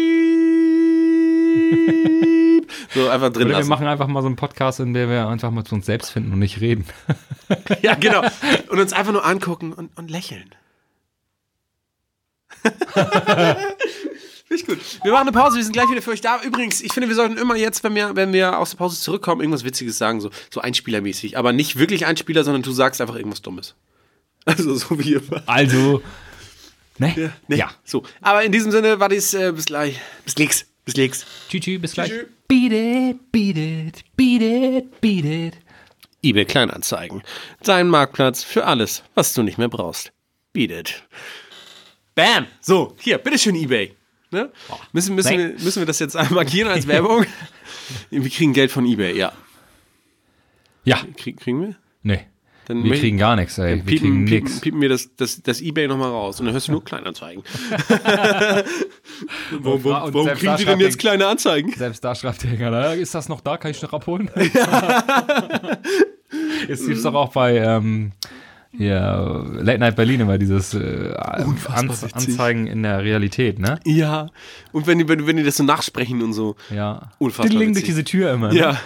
S2: So einfach drin
S1: Oder wir
S2: lassen.
S1: machen einfach mal so einen Podcast, in der wir einfach mal zu uns selbst finden und nicht reden.
S2: Ja, genau. Und uns einfach nur angucken und, und lächeln. Nicht gut. Wir machen eine Pause, wir sind gleich wieder für euch da. Übrigens, ich finde, wir sollten immer jetzt, wenn wir, wenn wir aus der Pause zurückkommen, irgendwas Witziges sagen, so, so einspielermäßig. Aber nicht wirklich Einspieler, sondern du sagst einfach irgendwas Dummes. Also so wie immer.
S1: Also, ne?
S2: Nee,
S1: Ja.
S2: So. Aber in diesem Sinne war dies äh, bis gleich. Bis links. Bis links.
S1: Tschüss, tschüss, bis gleich.
S2: Tschüss.
S1: Beat it, beat it, beat it, beat it.
S2: eBay Kleinanzeigen. Dein Marktplatz für alles, was du nicht mehr brauchst. Bietet. Bam! So, hier, bitteschön eBay. Ne? Müssen, müssen, wir,
S1: nein.
S2: müssen wir das jetzt markieren als Werbung? wir kriegen Geld von eBay, ja.
S1: Ja,
S2: Krieg, kriegen wir?
S1: nee.
S2: Dann
S1: Wir
S2: mö-
S1: kriegen gar nichts, ey. Wir kriegen
S2: Piepen, piepen,
S1: nichts.
S2: piepen wir das, das, das Ebay nochmal raus und dann hörst du nur Kleinanzeigen. warum warum,
S1: Und
S2: warum
S1: selbst
S2: kriegen
S1: da
S2: die denn
S1: schreibt
S2: jetzt kleine Anzeigen?
S1: Selbst da schreibt der Herr, ist das noch da? Kann ich noch abholen? Jetzt gibt es doch auch bei ähm, ja, Late Night Berlin immer dieses äh, Anz
S2: witzig.
S1: Anzeigen in der Realität, ne?
S2: Ja. Und wenn die, wenn, wenn die das so nachsprechen und so.
S1: Ja.
S2: Unfassbar
S1: Diddling
S2: witzig.
S1: durch diese Tür immer. ne?
S2: Ja.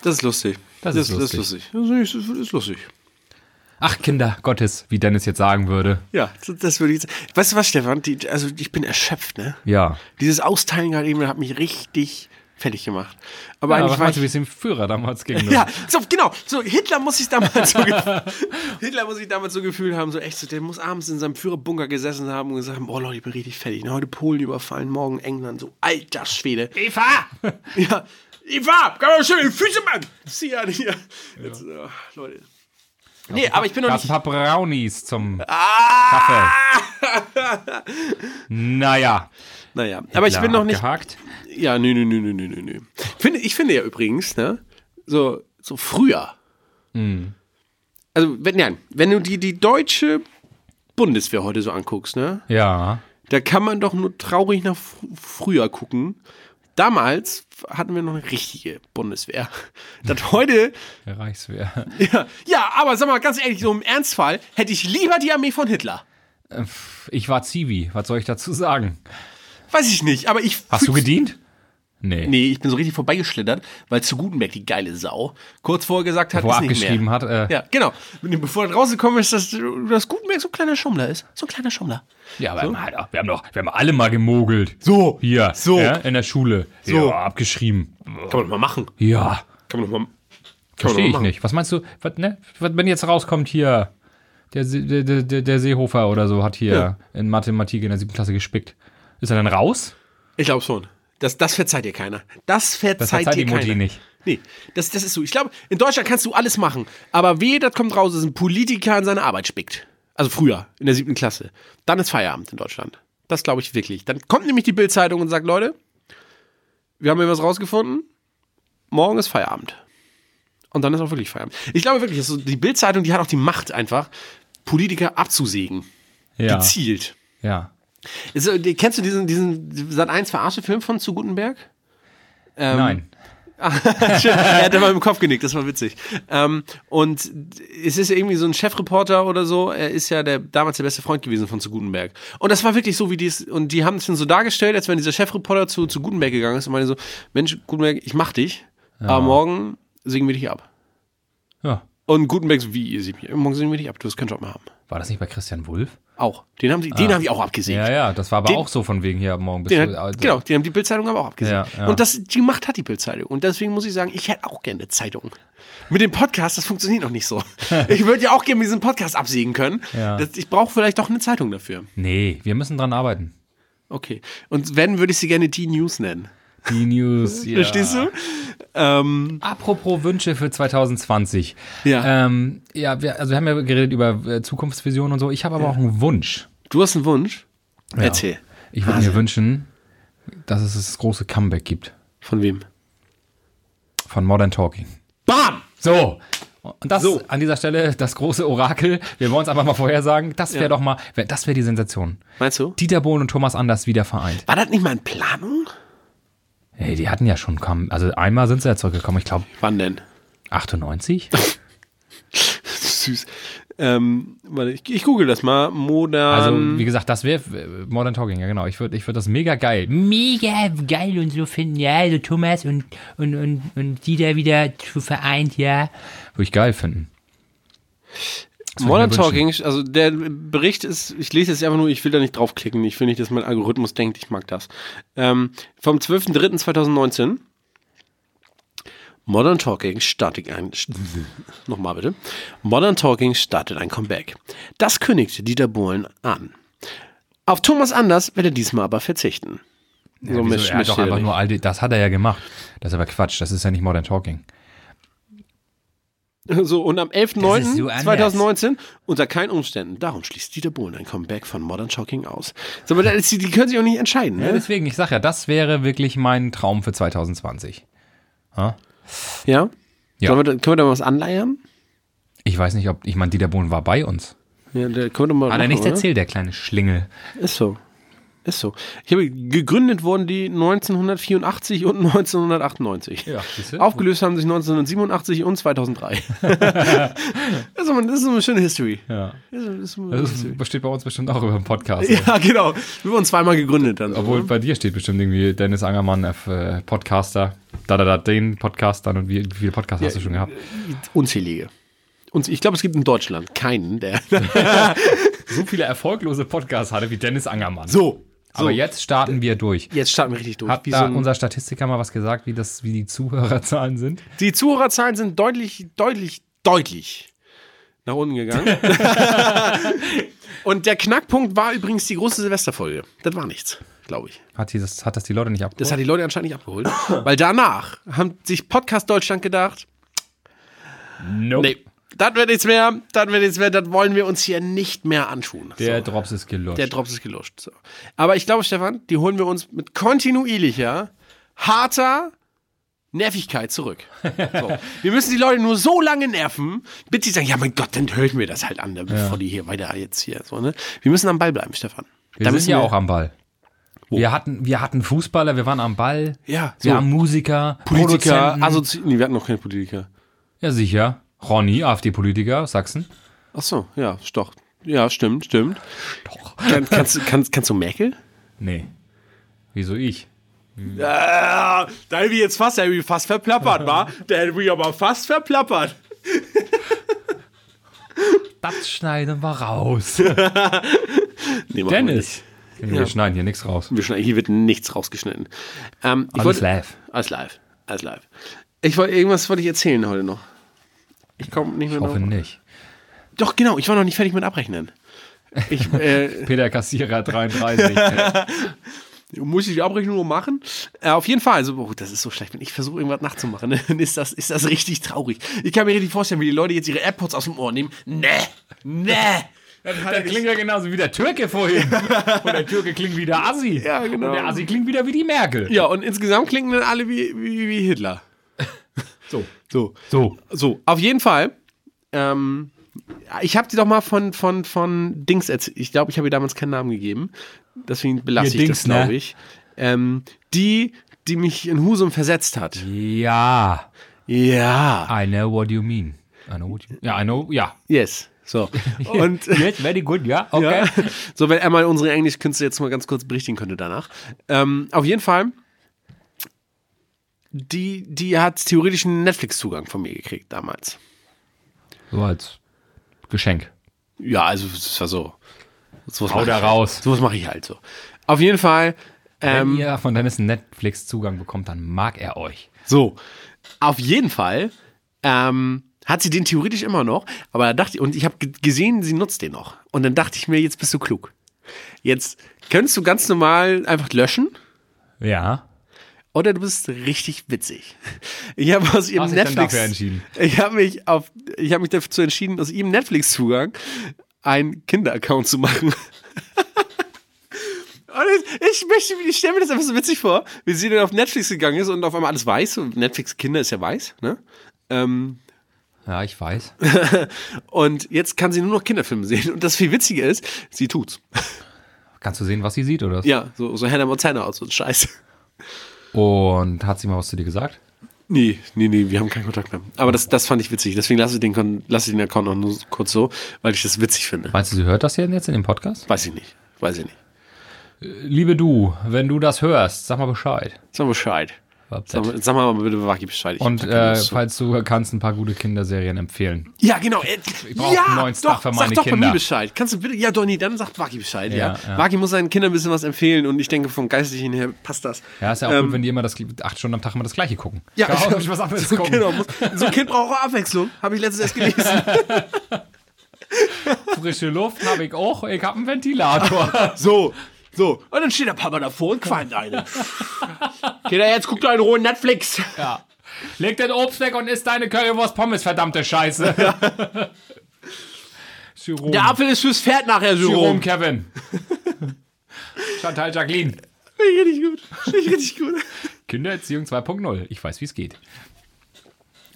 S2: Das ist lustig.
S1: Das ist
S2: Das ist lustig. Das ist, das ist lustig.
S1: Ach, Kinder Gottes, wie Dennis jetzt sagen würde.
S2: Ja, das- das würde ich jetzt. Weißt du was, Stefan? Die, also ich bin erschöpft, ne?
S1: Ja.
S2: Dieses Austeilen gerade eben hat mich richtig fertig gemacht. Aber
S1: Ja,
S2: eigentlich
S1: was
S2: war
S1: meinst du, wie
S2: ich.
S1: es dem Führer damals ging? ne?
S2: Ja, so, genau. So, Hitler muss sich damals so gef- Hitler muss sich damals so gefühlt haben, so echt, so, der muss abends in seinem Führerbunker gesessen haben und gesagt haben, oh Leute, ich bin richtig fertig. Ne? Heute Polen überfallen, morgen England, so alter Schwede.
S1: Eva!
S2: Ja, ich war, komm mal schön die Füße machen. Zieh an hier. Jetzt, ah, Leute. Nee, aber ich bin noch
S1: Gab ein
S2: nicht. Ah!
S1: paar Brownies zum Kaffee. Naja.
S2: Naja, aber ich
S1: klar,
S2: bin noch nicht.
S1: Abgehakt.
S2: Ja, nö, nö, nö, nö, nö, nö, nö. Finde, ich finde ja übrigens, ne, so, so früher.
S1: Hm.
S2: Also, wenn, nein, wenn du die, die deutsche Bundeswehr heute so anguckst, ne,
S1: Ja.
S2: da kann man doch nur traurig nach fr früher gucken. Damals hatten wir noch eine richtige Bundeswehr. Das heute,
S1: Der Reichswehr.
S2: ja, ja, aber sag mal ganz ehrlich, so im Ernstfall hätte ich lieber die Armee von Hitler.
S1: Ich war Zivi, was soll ich dazu sagen?
S2: Weiß ich nicht, aber ich.
S1: Hast du gedient? Nee.
S2: Nee, ich bin so richtig vorbeigeschlittert, weil zu Gutenberg, die geile Sau, kurz vorher gesagt hat,
S1: Wo er
S2: ist nicht mehr.
S1: abgeschrieben hat, äh, ja.
S2: Ja, genau. Bevor das rausgekommen ist, dass, dass Gutenberg so ein kleiner Schummler ist. So ein kleiner Schummler.
S1: aber wir haben halt- wir haben doch, wir haben alle mal gemogelt.
S2: So.
S1: Hier,
S2: So.
S1: ja, in der Schule.
S2: So.
S1: Ja, abgeschrieben.
S2: Kann man doch mal machen.
S1: Ja,
S2: Kann man doch mal. Kann man doch mal
S1: verstehe ich
S2: machen.
S1: nicht. Was meinst du, was, ne, was, wenn jetzt rauskommt hier, der, See- der, der- der, der Seehofer oder so hat hier
S2: Ja.
S1: in Mathematik in der siebten Klasse gespickt. Ist er dann raus?
S2: Ich glaube schon. Das, das verzeiht dir keiner. Das verzeiht,
S1: verzeiht
S2: dir
S1: die Mutti
S2: keiner.
S1: nicht.
S2: Nee, das, das ist so. Ich glaube, in Deutschland kannst du alles machen. Aber weh, das kommt raus, dass ein Politiker an seine Arbeit spickt. Also früher, in der siebten Klasse. Dann ist Feierabend in Deutschland. Das glaube ich wirklich. Dann kommt nämlich die Bild-Zeitung und sagt, Leute, wir haben hier was rausgefunden. Morgen ist Feierabend. Und dann ist auch wirklich Feierabend. Ich glaube wirklich, dass so die Bild-Zeitung, die hat auch die Macht einfach, Politiker abzusägen.
S1: Ja.
S2: Gezielt.
S1: Ja.
S2: Ist, äh, die- kennst du diesen, diesen Sat 1 Verarsche-Film von zu Gutenberg?
S1: Nein.
S2: er hat immer im Kopf genickt, das war witzig. Ähm, und es ist irgendwie so ein Chefreporter oder so, er ist ja der, damals der beste Freund gewesen von zu Gutenberg. Und das war wirklich so, wie die es, und die haben es dann so dargestellt, als wenn dieser Chefreporter zu, zu Gutenberg gegangen ist und meinte so, Mensch, Gutenberg, ich mach dich, aber morgen singen wir dich ab.
S1: Ja.
S2: Und Gutenberg so, wie, ihr singt mich? Morgen singen wir dich ab, du wirst keinen Job mehr haben.
S1: War das nicht bei Christian Wulff?
S2: Auch. Den haben, die, den haben ich auch abgesehen.
S1: Ja, ja, das war aber
S2: Den-
S1: auch so von wegen hier morgen bis
S2: Den hat,
S1: also-
S2: genau, die haben die Bildzeitung aber auch abgesehen.
S1: Ja, ja.
S2: Und das, die Macht hat die Bildzeitung. Und deswegen muss ich sagen, ich hätte auch gerne eine Zeitung. Mit dem Podcast, das funktioniert noch nicht so. ich würde ja auch gerne diesen Podcast absägen können.
S1: Ja.
S2: Das, ich brauche vielleicht doch eine Zeitung dafür.
S1: Nee, wir müssen dran arbeiten.
S2: Okay. Und wenn, würde ich sie gerne die News nennen.
S1: Die News. ja.
S2: Verstehst du? Ähm,
S1: Apropos Wünsche für 2020.
S2: Ja.
S1: Ähm, ja, wir, also wir haben ja geredet über äh, Zukunftsvisionen und so. Ich habe aber auch einen Wunsch.
S2: du hast einen Wunsch?
S1: Ja.
S2: Erzähl.
S1: Ich würde mir wünschen, dass es das große Comeback gibt
S2: Von wem?
S1: von Modern Talking.
S2: Bam!
S1: So. Und das
S2: So.
S1: an dieser Stelle das große Orakel. Wir wollen es einfach mal vorhersagen. Das wäre
S2: Ja.
S1: doch mal, wär, das wäre die Sensation.
S2: Meinst du?
S1: Dieter Bohlen und Thomas Anders wieder vereint.
S2: War das nicht mal in Planung?
S1: Ey, die hatten ja schon kommen. Also einmal sind sie ja zurückgekommen, ich glaube
S2: Wann denn?
S1: 98.
S2: Süß. Ähm, warte, ich, ich google das mal.
S1: Also,
S2: Modern.
S1: wie gesagt, das wäre Modern Talking, ja genau. Ich würde ich würd das mega geil. hm,
S5: mega geil und so finden, ja, also Thomas und, und, und, und die da wieder zu vereint, ja.
S1: Würde ich geil finden. Das würd ich mir
S2: Modern
S1: wünschen.
S2: Talking, also der Bericht ist, ich lese jetzt einfach nur, ich will da nicht draufklicken. Ich will nicht, dass mein Algorithmus denkt, ich mag das. Ähm, vom 12.03.2019. Modern Talking startet ein. st- Nochmal bitte. Modern Talking startet ein Comeback. Das kündigte Dieter Bohlen an. Auf Thomas Anders wird er diesmal aber verzichten.
S1: Ja, wieso?
S2: Mist-
S1: er hat
S2: Mist
S1: doch
S2: steht da
S1: einfach
S2: nicht.
S1: nur all die, das hat er ja gemacht. Das ist aber Quatsch, das ist ja nicht Modern Talking.
S2: So, und am
S5: Das ist so
S2: 11.09.2019, unter keinen Umständen, darum schließt Dieter Bohlen ein Comeback von Modern Talking aus. So, aber das ist- die, die können sich auch nicht entscheiden, ne?
S1: Deswegen, ich sag ja, das wäre wirklich mein Traum für 2020.
S2: Ja?
S1: Ja.
S2: Sollen wir, da- können wir da mal was anleiern?
S1: Ich weiß nicht, ob, ich meine, Dieter Bohlen war bei uns.
S2: Ja, da können wir doch mal
S1: Hat er
S2: machen,
S1: nichts
S2: oder?
S1: erzählt, der kleine Schlingel.
S2: Ist so. Ist so. Ich habe gegründet wurden die 1984 und 1998.
S1: Ja, siehste.
S2: Aufgelöst haben sich 1987 und 2003. das, ist immer, das ist immer eine schöne History.
S1: Ja.
S2: Das ist, das ist immer
S1: Das ist- besteht bei uns bestimmt auch über den Podcast.
S2: ja, genau. Wir wurden zweimal gegründet dann. so,
S1: Obwohl
S2: ne?
S1: bei dir steht bestimmt irgendwie Dennis Angermann, äh, Podcaster, da da da den Podcast dann und wie, wie viele Podcasts hast du schon gehabt?
S2: Unzählige. Und ich glaube, es gibt in Deutschland keinen, der.
S1: So viele erfolglose Podcasts hatte wie Dennis Angermann.
S2: so.
S1: Aber jetzt starten wir durch.
S2: Jetzt starten wir richtig durch.
S1: Hat
S2: Wie
S1: da
S2: so ein-
S1: unser Statistiker mal was gesagt, wie, das, wie die Zuhörerzahlen sind?
S2: die Zuhörerzahlen sind deutlich, deutlich, deutlich nach unten gegangen. Und der Knackpunkt war übrigens die große Silvesterfolge. Das war nichts, glaube ich.
S1: Hat, die das, hat das die Leute nicht
S2: Das
S1: abgeholt?
S2: hat die Leute anscheinend nicht abgeholt. Weil danach haben sich Podcast Deutschland gedacht,
S1: Nope.
S2: nee, das wird nichts mehr, das wird nichts mehr, das wollen wir uns hier nicht mehr antun.
S1: Der Drops ist gelutscht.
S2: Der Drops ist gelöscht. So. Aber ich glaube, Stefan, die holen wir uns mit kontinuierlicher, harter Nervigkeit zurück. So. wir müssen die Leute nur so lange nerven, bis sie sagen, ja mein Gott, dann höre ich mir das halt an, bevor die hier weiter jetzt hier. So, ne? Wir müssen am Ball bleiben, Stefan.
S1: wir sind
S2: müssen
S1: ja
S2: wir-
S1: auch am Ball. Wir hatten, wir hatten Fußballer, wir waren am Ball.
S2: Ja,
S1: Wir
S2: so.
S1: haben Musiker,
S2: Politiker, also-
S1: Produzenten.
S2: Assozi nee, wir hatten noch keine Politiker.
S1: ja, sicher. Ronny, AfD-Politiker, Sachsen.
S2: Ach so, ja, doch. Ja, stimmt, stimmt. Doch. Kann, kannst, du- kannst, kannst du Merkel?
S1: Nee. Wieso ich?
S2: Ja, da hätte ich jetzt fast, der hätte ich fast verplappert, wa? Der hätte ich aber fast verplappert.
S1: Das schneiden wir raus.
S2: Nee, machen wir
S1: Dennis.
S2: nicht.
S1: Wir schneiden hier nichts raus.
S2: Wir schneiden, hier wird nichts rausgeschnitten. Ähm, ich
S1: Alles
S2: wollte-
S1: live.
S2: Alles live. Alles live. Ich wollte irgendwas wollte ich erzählen heute noch. Ich komme nicht mehr
S1: Ich hoffe
S2: drauf.
S1: nicht.
S2: Doch, genau, ich war noch nicht fertig mit Abrechnen. Ich, äh,
S1: Peter Kassierer 33.
S2: muss ich die Abrechnung nur machen? Äh, auf jeden Fall. Also, oh, das ist so schlecht, wenn ich versuche, irgendwas nachzumachen. ne, Dann ist das, ist das richtig traurig. Ich kann mir richtig vorstellen, wie die Leute jetzt ihre AirPods aus dem Ohr nehmen. Nee, nee.
S1: Der klingt ja genauso wie der Türke vorhin. Und der Türke klingt wie der Assi.
S2: Ja, genau.
S1: Und der Assi klingt wieder wie die Merkel.
S2: Ja, und insgesamt klingen dann alle wie, wie, wie Hitler.
S1: So.
S2: So.
S1: So.
S2: So, auf jeden Fall. Ähm, ich habe dir doch mal von, von, von Dings erzählt. Ich glaube, ich habe ihr damals keinen Namen gegeben. Deswegen belasse
S1: Ihr
S2: ich
S1: Dings,
S2: das, glaube
S1: ne?
S2: ich. Ähm, die, die mich in Husum versetzt hat.
S1: Ja.
S2: Ja.
S1: I know what you mean. I know what you Ja, I know, ja.
S2: Yes. So. Und
S1: Yes, very good, ja. Okay.
S2: ja. so, wenn er mal unsere Englischkünste jetzt mal ganz kurz berichten könnte danach. Ähm, auf jeden Fall. Die, die hat theoretisch einen Netflix-Zugang von mir gekriegt damals.
S1: So als Geschenk.
S2: Ja, also es war so. Sowas
S1: Hau
S2: mach
S1: da
S2: ich-
S1: raus.
S2: Sowas mache ich halt so. Auf jeden Fall.
S1: Wenn
S2: Ähm,
S1: ihr von Dennis einen Netflix-Zugang bekommt, dann mag er euch.
S2: so. Auf jeden Fall ähm, hat sie den theoretisch immer noch, aber da dachte ich, und ich habe g- gesehen, sie nutzt den noch. Und dann dachte ich mir, jetzt bist du klug. Jetzt könntest du ganz normal einfach löschen
S1: Ja.
S2: oder du bist richtig witzig. Ich habe aus ihrem
S1: Hast dich dann
S2: Netflix
S1: dafür entschieden?
S2: Ich habe mich auf ich habe mich dazu entschieden, aus ihrem Netflix Zugang einen Kinderaccount zu machen. Und ich- ich, möchte, ich stelle mir das einfach so witzig vor, wie sie dann auf Netflix gegangen ist und auf einmal alles weiß. Und Netflix Kinder ist ja weiß, ne? Ähm,
S1: Ja, ich weiß.
S2: und jetzt kann sie nur noch Kinderfilme sehen. Und das viel witziger ist, sie tut's.
S1: Kannst du sehen, was sie sieht, oder?
S2: Ja, so, so Hannah Montana aus so ein Scheiß.
S1: Und hat sie mal was zu dir gesagt?
S2: Nee, nee, nee, wir haben keinen Kontakt mehr. Aber das, das fand ich witzig. Deswegen lasse ich den, Kon- lasse ich den Account noch nur kurz so, weil ich das witzig finde.
S1: Meinst du, sie hört das hier jetzt in dem Podcast?
S2: Weiß ich nicht. Weiß ich nicht.
S1: Liebe du, wenn du das hörst, sag mal Bescheid.
S2: Sag mal Bescheid. Sag, mal- sag mal bitte Waki Bescheid. Ich
S1: Und
S2: hab keine
S1: äh,
S2: Lust zu.
S1: falls du kannst, ein paar gute Kinderserien empfehlen.
S2: ja, genau. Äh, ich
S1: brauch
S2: ja,
S1: einen neuen Stuff
S2: doch,
S1: für
S2: sag
S1: meine
S2: doch bei
S1: Kinder.
S2: mir Bescheid. Kannst du bitte, ja, Donny, dann sagt Waki Bescheid. Ja,
S1: Ja, ja.
S2: Waki muss seinen Kindern ein bisschen was empfehlen und ich denke, vom Geistlichen her passt das.
S1: Ja, ist ja auch gut, wenn die immer das acht Stunden am Tag immer das gleiche gucken.
S2: Ähm. Ja,
S1: Kann auch nicht was anderes
S2: so,
S1: gucken.
S2: genau, muss, so ein Kind braucht auch Abwechslung. Habe ich letztens erst gelesen.
S1: Frische Luft habe ich auch. Ich habe einen Ventilator.
S2: So, so. Und dann steht der Papa davor und qualmt eine. Kinder, jetzt guckt einen rohen Netflix.
S1: ja. Leg den Obst weg und isst deine Currywurst Pommes, verdammte Scheiße. Jerome.
S2: Der Apfel ist fürs Pferd nachher,
S1: Jerome
S2: Jerome.
S1: Kevin. Chantal Jacqueline.
S2: Finde ich richtig gut. Finde ich richtig gut.
S1: Kindererziehung 2.0. Ich weiß, wie es geht.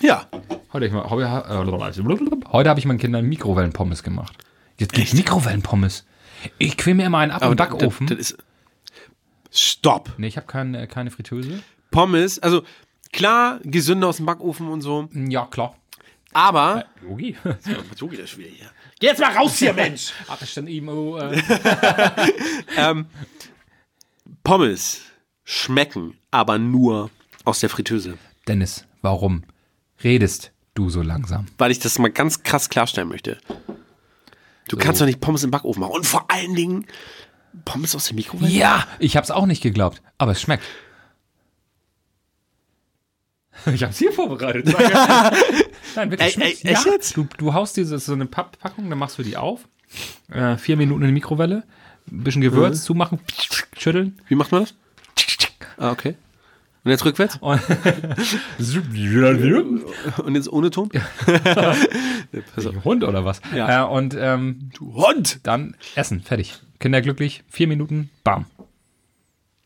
S2: Ja.
S1: Heute, ich mal, heute, äh, heute habe ich meinen Kindern Mikrowellenpommes gemacht. Jetzt gibt Mikrowellenpommes. Ich quäl mir immer einen ab im Backofen.
S2: Das, das ist Stopp.
S1: nee, ich habe kein, äh, keine Fritteuse.
S2: Pommes, also klar, gesünder aus dem Backofen und so,
S1: Hm, Ja, klar.
S2: aber.
S1: Yogi.
S2: So geht das wieder hier. Geh jetzt mal raus hier, Mensch!
S1: Ach, ich dann eben, oh, äh,
S2: Pommes schmecken aber nur aus der Fritteuse.
S1: Dennis, warum redest du so langsam?
S2: Weil ich das mal ganz krass klarstellen möchte. Du kannst doch nicht Pommes im Backofen machen. Und vor allen Dingen Pommes aus dem Mikrowelle.
S1: Ja, ich hab's auch nicht geglaubt, aber es schmeckt. Ich hab's hier vorbereitet. Nein, wirklich.
S2: Ey, ey,
S1: schmeckt's.
S2: echt
S1: ja,
S2: jetzt?
S1: Du, du haust diese so eine Papppackung, dann machst du die auf. Äh, vier Minuten in die Mikrowelle, ein bisschen Gewürz zumachen, schütteln.
S2: Wie macht man das? Ah, okay. Und jetzt rückwärts?
S1: Und Also,
S2: Und jetzt ohne Ton?
S1: Hund oder was?
S2: Ja.
S1: Äh, und ähm,
S2: Du Hund!
S1: dann essen, fertig. Kinder glücklich, vier Minuten, bam.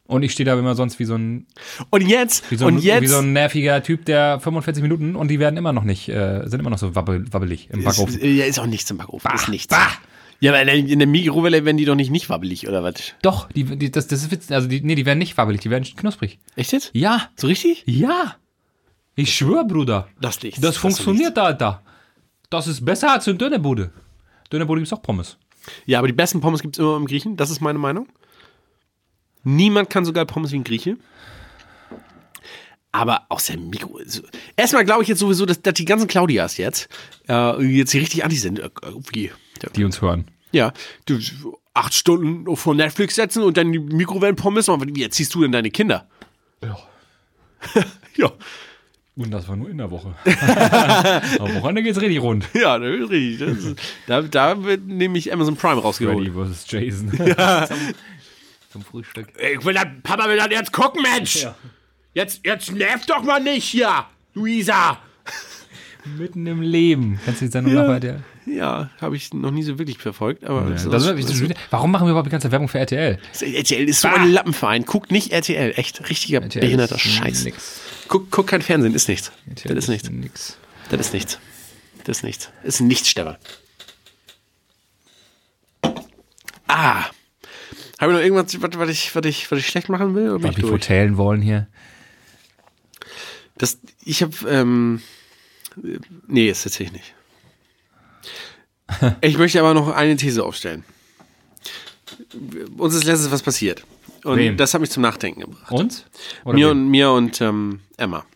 S1: Und ich stehe da immer sonst wie so ein
S2: Und jetzt,
S1: Wie so,
S2: und
S1: ein,
S2: jetzt.
S1: wie so ein nerviger Typ, der 45 Minuten und die werden immer noch nicht, äh, sind immer noch so wabbel, wabbelig im
S2: ist,
S1: Backofen.
S2: Äh, ja, ist auch nichts im Backofen. ist nichts. Ja, aber in der- in der Mikrowelle werden die doch nicht nicht wabbelig, oder was?
S1: Doch, die, die, das, das ist witzig. Also die, nee, die werden nicht wabbelig, die werden knusprig.
S2: Echt jetzt?
S1: Ja,
S2: So richtig?
S1: ja. Ich schwör, Bruder.
S2: Das nichts.
S1: Das funktioniert, Alter. Das ist besser als eine Dönerbude. Dönerbude gibt's auch Pommes.
S2: Ja, aber die besten Pommes gibt es immer im Griechen. Das ist meine Meinung. Niemand kann so geil Pommes wie ein Grieche. Aber aus der Mikro. so- Erstmal glaube ich jetzt sowieso, dass, dass die ganzen Claudias jetzt, äh, jetzt hier richtig anti sind. Äh, Irgendwie.
S1: Die uns hören.
S2: Ja, du acht Stunden vor Netflix setzen und dann die Mikrowellenpommes machen. Wie erziehst du denn deine Kinder?
S1: Ja.
S2: Ja,
S1: Und das war nur in der Woche. Am Wochenende geht's richtig rund.
S2: ja, das ist richtig. Das ist, da, da wird nämlich Amazon Prime rausgeholt.
S1: Freddy versus Jason. Zum Frühstück.
S2: Ich will das, Papa will das jetzt gucken, Mensch! Jetzt, jetzt nerv doch mal nicht hier, Luisa!
S1: Mitten im Leben. Kannst du die Sendung noch weiter?
S2: Ja, habe ich noch nie so wirklich verfolgt, aber also
S1: Ja, Das ist wirklich, das ist, warum machen wir überhaupt die ganze Werbung für RTL?
S2: RTL ist so ein Lappenverein. Guckt nicht RTL, echt richtiger
S1: RTL
S2: behinderter
S1: ist
S2: Scheiß.
S1: nix.
S2: Guck, guck kein Fernsehen, ist nichts.
S1: RTL
S2: das ist nichts.
S1: nix.
S2: Das ist nichts. Das ist nichts. Ist nichts, Stefan. Ah. Habe ich noch irgendwas, was, was, ich, was, ich, was ich schlecht machen will? Oder bin
S1: Ob
S2: ich
S1: die
S2: durch?
S1: Hotellen wollen hier.
S2: Das, ich habe, ähm, äh, nee, das erzähle ich nicht. Ich möchte aber noch eine These aufstellen. Uns ist letztens was passiert. Und
S1: Wem?
S2: das hat mich zum Nachdenken gebracht.
S1: Uns? Oder
S2: Mir
S1: wen?
S2: und, mir und ähm, Emma.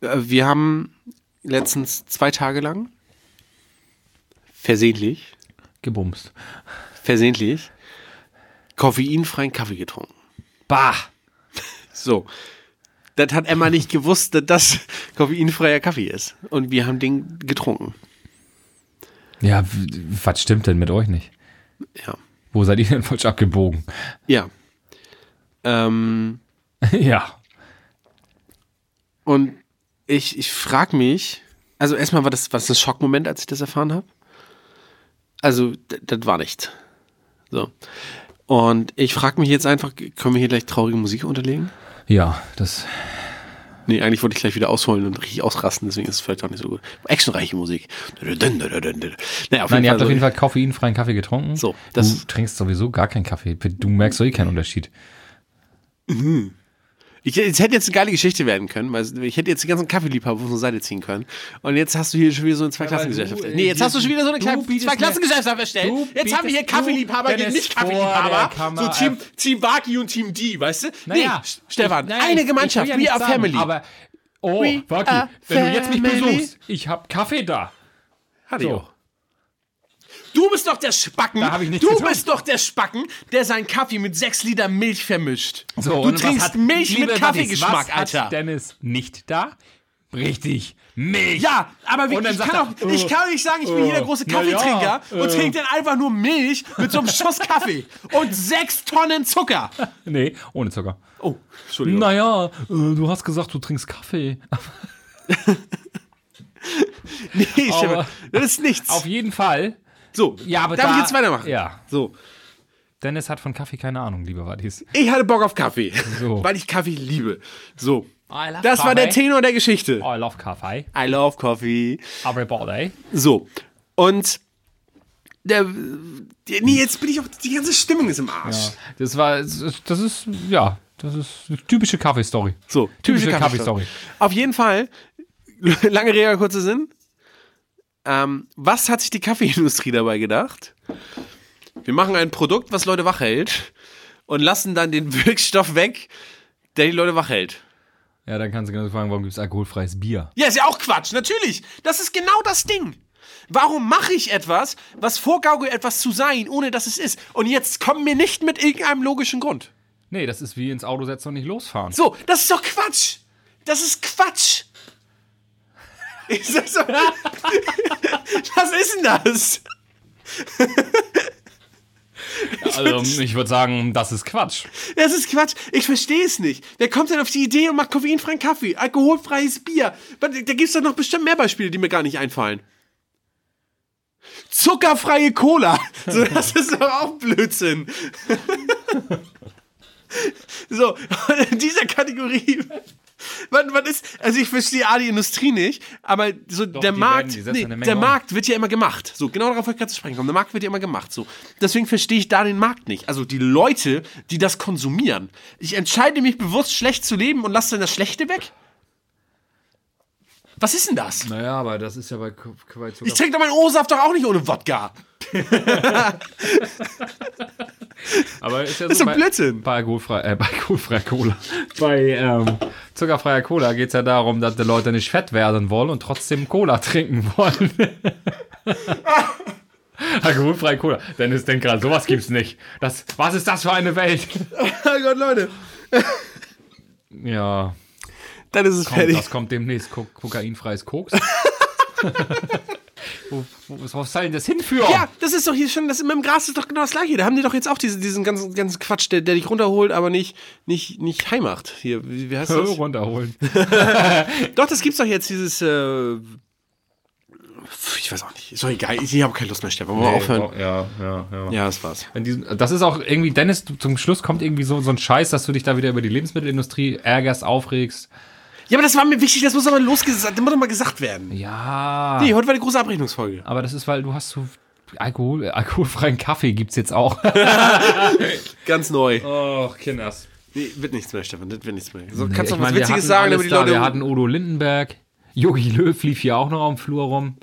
S2: Äh, Wir haben letztens zwei Tage lang versehentlich,
S1: gebumst.
S2: versehentlich koffeinfreien Kaffee getrunken.
S1: Bah!
S2: So. Das hat Emma nicht gewusst, dass das koffeinfreier Kaffee ist. Und wir haben den getrunken.
S1: Ja, w- was stimmt denn mit euch nicht?
S2: Ja.
S1: Wo seid ihr denn falsch abgebogen?
S2: Ja. Ähm,
S1: ja.
S2: und ich, ich frage mich, also erstmal war das, war das ein Schockmoment, als ich das erfahren habe. Also, d- das war nichts. So. Und ich frage mich jetzt einfach, können wir hier gleich traurige Musik unterlegen?
S1: Ja, das.
S2: Nee, eigentlich wollte ich gleich wieder ausholen und richtig ausrasten, deswegen ist es vielleicht auch nicht so gut. Actionreiche Musik. Naja, auf
S1: Nein, ihr habt
S2: so-
S1: auf jeden Fall koffeinfreien Kaffee getrunken.
S2: So, das-
S1: du trinkst sowieso gar keinen Kaffee. Du merkst sowieso keinen Unterschied.
S2: Ich, es hätte jetzt eine geile Geschichte werden können, weil ich hätte jetzt die ganzen Kaffeeliebhaber auf unsere Seite ziehen können. Und jetzt hast du hier schon wieder so eine Zweiklassengesellschaft.
S1: Ja, weil du,
S2: nee, jetzt
S1: äh,
S2: hast du schon wieder so eine
S1: du
S2: kleine
S1: bietest
S2: Zweiklassengesellschaft erstellt.
S1: du
S2: Jetzt haben wir hier
S1: bietest- du
S2: Kaffeeliebhaber gegen
S1: bietest vor der
S2: Nicht-Kaffeeliebhaber.
S1: Kammer
S2: So Team,
S1: auf-
S2: Team Waki und Team D, weißt du?
S1: Naja,
S2: nee, S- Stefan,
S1: ich- naja,
S2: eine
S1: ich-
S2: Gemeinschaft.
S1: ich will
S2: We
S1: ja
S2: are
S1: nichts sagen,
S2: family.
S1: Aber, oh,
S2: We
S1: Waki,
S2: are
S1: wenn du jetzt mich
S2: family.
S1: besuchst, ich hab Kaffee da.
S2: Hatte ich
S1: So.
S2: auch. Du bist doch der Spacken.
S1: Da hab ich nichts
S2: du
S1: getan.
S2: bist doch der Spacken, der seinen Kaffee mit 6 Liter Milch vermischt.
S1: So,
S2: du
S1: und was
S2: trinkst
S1: hat-
S2: Milch
S1: liebe
S2: mit
S1: Wattis,
S2: Kaffeegeschmack,
S1: was
S2: Alter.
S1: Hat Dennis nicht da? Richtig, Milch.
S2: Ja, aber wie,
S1: Und dann
S2: ich,
S1: sagt
S2: kann auch,
S1: er,
S2: ich
S1: äh,
S2: kann nicht sagen, ich bin
S1: äh,
S2: hier der große
S1: na ja,
S2: Kaffeetrinker und
S1: äh.
S2: trinke dann einfach nur Milch mit so einem Schuss Kaffee und sechs Tonnen Zucker.
S1: Nee, ohne Zucker.
S2: Oh, Entschuldigung.
S1: Naja, äh, du hast gesagt, du trinkst Kaffee.
S2: Nee, ich
S1: Aber-
S2: das ist nichts.
S1: Auf jeden Fall.
S2: so,
S1: Ja, aber
S2: darf
S1: da,
S2: ich jetzt weitermachen?
S1: Ja,
S2: So,
S1: Dennis hat von Kaffee keine Ahnung, lieber Wadis.
S2: ich hatte Bock auf Kaffee,
S1: So.
S2: weil ich Kaffee liebe. So,
S1: I love
S2: das war der
S1: Kaffee.
S2: Tenor der Geschichte.
S1: I love Kaffee.
S2: I love coffee.
S1: Everybody.
S2: So, und der, der, nee, jetzt bin ich auch, die ganze Stimmung ist im Arsch.
S1: Das war, das ist, das ist- ja, das ist eine typische Kaffee-Story.
S2: So,
S1: typische,
S2: typische
S1: Kaffee-Story.
S2: Auf jeden Fall, lange Rede, kurzer Sinn. Ähm, was hat sich die Kaffeeindustrie dabei gedacht? Wir machen ein Produkt, was Leute wach hält und lassen dann den Wirkstoff weg, der die Leute wach hält.
S1: Ja, dann kannst du genauso fragen, warum gibt es alkoholfreies Bier?
S2: Ja, ist ja auch Quatsch, natürlich. Das ist genau das Ding. Warum mache ich etwas, was vorgaukelt, etwas zu sein, ohne dass es ist? Und jetzt kommen wir nicht mit irgendeinem logischen Grund.
S1: Nee, das ist wie ins Auto setzen und nicht losfahren.
S2: So, das ist doch Quatsch. Das ist Quatsch. Ich sag so, was ist denn das?
S1: Also, ich würde sagen, das ist Quatsch.
S2: Das ist Quatsch. Ich verstehe es nicht. Wer kommt denn auf die Idee und macht koffeinfreien Kaffee, alkoholfreies Bier? Was, Da gibt es doch noch bestimmt mehr Beispiele, die mir gar nicht einfallen. Zuckerfreie Cola. So, das ist doch auch Blödsinn. So, in dieser Kategorie. Was, was ist, also ich verstehe A, die Industrie nicht, aber so der,
S1: die werden-
S2: Markt,
S1: die setzen
S2: nee,
S1: eine Menge
S2: der
S1: um.
S2: Markt wird ja immer gemacht. So, genau darauf wollte ich gerade zu sprechen kommen. Der Markt wird ja immer gemacht. So. Deswegen verstehe ich da den Markt nicht. Also die Leute, die das konsumieren. Ich entscheide mich bewusst, schlecht zu leben und lasse dann das Schlechte weg? Was ist denn das?
S1: Naja, aber das ist ja bei, bei Zucker.
S2: Ich trinke doch meinen O-Saft doch auch nicht ohne Wodka.
S1: Aber ist ja so
S2: Das ist
S1: bei,
S2: doch Blödsinn.
S1: Bei alkoholfrei, äh, bei alkoholfreier Cola. Bei ähm, zuckerfreier Cola geht es ja darum, dass die Leute nicht fett werden wollen und trotzdem Cola trinken wollen. Alkoholfreie Cola. Dennis denkt gerade, sowas gibt's nicht. Das, was ist das für eine Welt?
S2: Oh Gott, Leute.
S1: Ja,
S2: Dann ist es
S1: kommt,
S2: fertig.
S1: das kommt demnächst. Ko kokainfreies Koks. wo, wo, was soll denn das hinführen?
S2: Ja, das ist doch hier schon, das mit dem Gras ist doch genau das gleiche. Da haben die doch jetzt auch diese, diesen ganzen, ganzen Quatsch, der, der dich runterholt, aber nicht, nicht, nicht heimacht. Hier, wie, wie heißt das?
S1: runterholen.
S2: Doch, das gibt's doch jetzt, dieses, äh, pf, ich weiß auch nicht. Ist doch egal, ich, ich habe keine Lust mehr, Stefan. Wollen wir aufhören?
S1: Ja, ja, ja.
S2: Ja, das war's.
S1: In diesem, das ist auch irgendwie, Dennis, du- zum Schluss kommt irgendwie so, so ein Scheiß, dass du dich da wieder über die Lebensmittelindustrie ärgerst, aufregst.
S2: Ja, aber das war mir wichtig, das muss doch mal losgesagt, das muss doch mal gesagt werden.
S1: Ja.
S2: Nee, heute war die große Abrechnungsfolge.
S1: Aber das ist, weil du hast so Alkohol, äh, alkoholfreien Kaffee gibt's jetzt auch.
S2: Ganz neu.
S1: Och, Kinders.
S2: Nee, wird nichts mehr, Stefan, das wird nichts mehr. So, kannst
S1: Ich
S2: du noch was
S1: meine, wir hatten
S2: Witziges sagen,
S1: alles
S2: damit die
S1: da.
S2: Leute. um-
S1: Wir hatten Udo Lindenberg. Jogi Löw lief hier auch noch am Flur rum.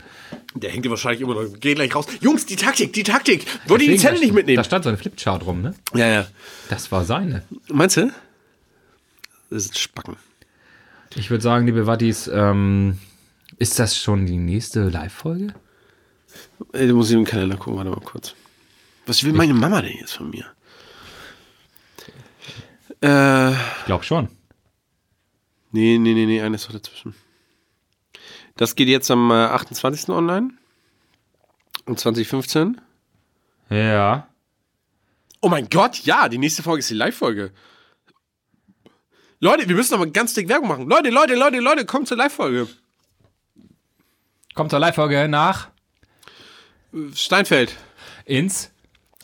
S2: der hängt ja wahrscheinlich immer noch, geht gleich raus. Jungs, die Taktik, die Taktik. Wollt ihr die
S1: Deswegen,
S2: Zelle
S1: da
S2: nicht
S1: stand- Da
S2: mitnehmen?
S1: stand so ein Flipchart rum, ne?
S2: Ja, ja.
S1: Das war seine.
S2: Meinst du? Das ist ein Spacken.
S1: Ich würde sagen, liebe Wattis, ähm, ist das schon die nächste Live-Folge?
S2: Ey, da muss ich in den Kalender gucken, warte mal kurz. Was will meine Mama denn jetzt von mir? Äh,
S1: Ich glaube schon.
S2: nee, nee, nee, nee, eine ist noch dazwischen. Das geht jetzt am äh, 28. online. Um 2015.
S1: Ja.
S2: Oh mein Gott, ja, die nächste Folge ist die Live-Folge. Leute, wir müssen aber ganz dick Werbung machen. Leute, Leute, Leute, Leute, kommt zur Live-Folge.
S1: Kommt zur Live-Folge nach
S2: Steinfeld,
S1: ins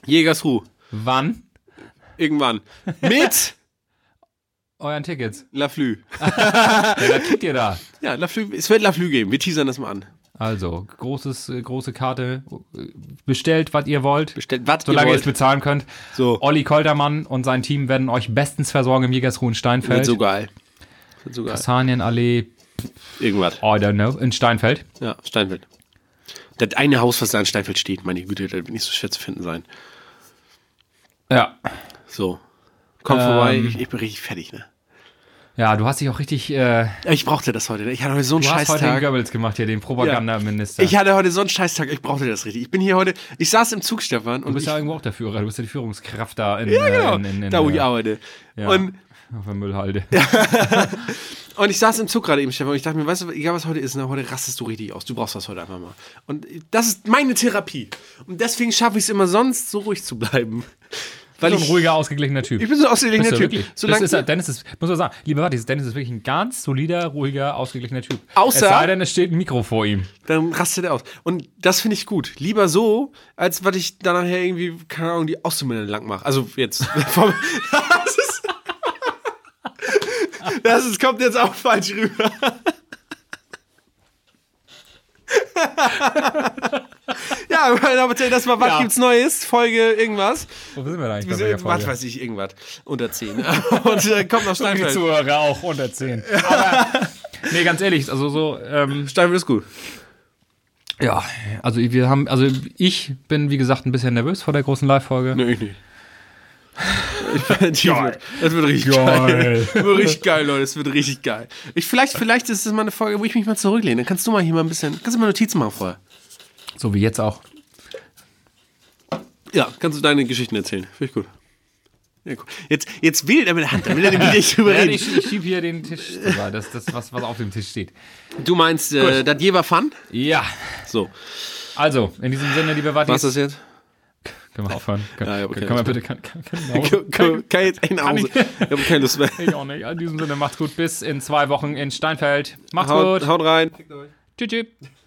S2: Jägersruh,
S1: Wann?
S2: irgendwann. Mit
S1: Euren Tickets.
S2: Laflü.
S1: Ja, da kriegt ihr da.
S2: Ja, Laflü, es wird Laflü geben. Wir teasern das mal an.
S1: Also, großes, äh, große Karte. äh, Bestellt, was ihr wollt.
S2: Bestellt, was ihr
S1: Solange ihr
S2: wollt.
S1: es bezahlen könnt.
S2: So.
S1: Olli Koltermann und sein Team werden euch bestens versorgen im Jägersruhen-Steinfeld.
S2: Wird so geil. Wird so geil.
S1: Kastanienallee,
S2: Irgendwas.
S1: Oh, I don't know, in Steinfeld.
S2: Ja, Steinfeld. Das eine Haus, was da in Steinfeld steht, meine Güte, das wird nicht so schwer zu finden sein.
S1: Ja.
S2: So. Komm
S1: Ähm.
S2: vorbei, ich, ich bin richtig fertig, ne?
S1: Ja, du hast dich auch richtig, äh,
S2: Ich brauchte das heute. ne? Ich hatte heute so einen
S1: du hast heute den
S2: Scheißtag.
S1: Goebbels gemacht hier, den Propagandaminister.
S2: Ich hatte heute so einen Scheißtag. Ich brauchte das richtig. Ich bin hier heute. Ich saß im Zug, Stefan, und
S1: du bist
S2: ich,
S1: ja irgendwo auch der Führer, du bist ja die Führungskraft da in,
S2: ja, genau,
S1: äh, in, in, in,
S2: da wo
S1: äh,
S2: ich arbeite. Und,
S1: auf der Müllhalde.
S2: und ich saß im Zug gerade eben, Stefan, und ich dachte mir, weißt du, egal was heute ist, ne, heute rastest du richtig aus. Du brauchst das heute einfach mal. Und das ist meine Therapie. Und deswegen schaffe ich es immer sonst, so ruhig zu bleiben. Weil
S1: So ein
S2: ich,
S1: ruhiger, ausgeglichener Typ.
S2: ich bin so ausgeglichener
S1: Bist du
S2: Typ.
S1: wirklich? Das
S2: Solange-
S1: ist, er- Dennis ist, muss man sagen, lieber Matthias, Dennis ist wirklich ein ganz solider, ruhiger, ausgeglichener Typ.
S2: Außer-
S1: es sei denn, es steht ein Mikro vor ihm.
S2: dann rastet er aus. Und das finde ich gut. Lieber so, als was ich dann nachher irgendwie, keine Ahnung, die Auszubildenden lang mache. Also jetzt. Vom, das ist. Das ist, kommt jetzt auch falsch rüber. ja, meine Damen und Herren, das war Was
S1: Ja.
S2: gibt's Neues? Folge irgendwas.
S1: Wo sind wir da eigentlich bei welcher
S2: Was
S1: Folge?
S2: weiß ich, irgendwas. Unter 10. Und äh, kommt nach
S1: Die
S2: Steinfeld.
S1: Zuhörer auch unter 10. Aber, nee, ganz ehrlich, also so, ähm,
S2: Steinfeld ist gut.
S1: ja, also wir haben, also ich bin, wie gesagt, ein bisschen nervös vor der großen Live-Folge.
S2: Nee, ich nicht. Ich bin, die wird, das wird richtig geil.
S1: Geil.
S2: Das wird richtig geil, Leute. Das wird richtig geil. Ich, vielleicht, vielleicht ist es mal eine Folge, wo ich mich mal zurücklehne. Dann kannst du mal hier mal ein bisschen, kannst du mal Notizen machen vorher.
S1: So wie jetzt auch.
S2: Ja, kannst du deine Geschichten erzählen. Finde ich gut. Ja, gut. Jetzt, jetzt wählt er mit der Hand, damit er nämlich nicht drüber
S1: Ja,
S2: reden.
S1: ich, ich schieb hier den Tisch drüber, das, das was, was auf dem Tisch steht.
S2: Du meinst, äh, das je war fun?
S1: Ja,
S2: So,
S1: also, in diesem Sinne, liebe Wattis,
S2: was ist jetzt?
S1: können wir aufhören? Können,
S2: Ja, ja, okay,
S1: können wir
S2: alles
S1: bitte, kann, kann, kann, genau.
S2: Kann kann jetzt echt nach Hause.
S1: ich-
S2: Ich habe keine Lust mehr.
S1: Ich auch nicht. In diesem Sinne, macht's gut. Bis in zwei Wochen in Steinfeld. Macht's
S2: Haut,
S1: gut.
S2: haut rein.
S1: Tschüss. tschüss.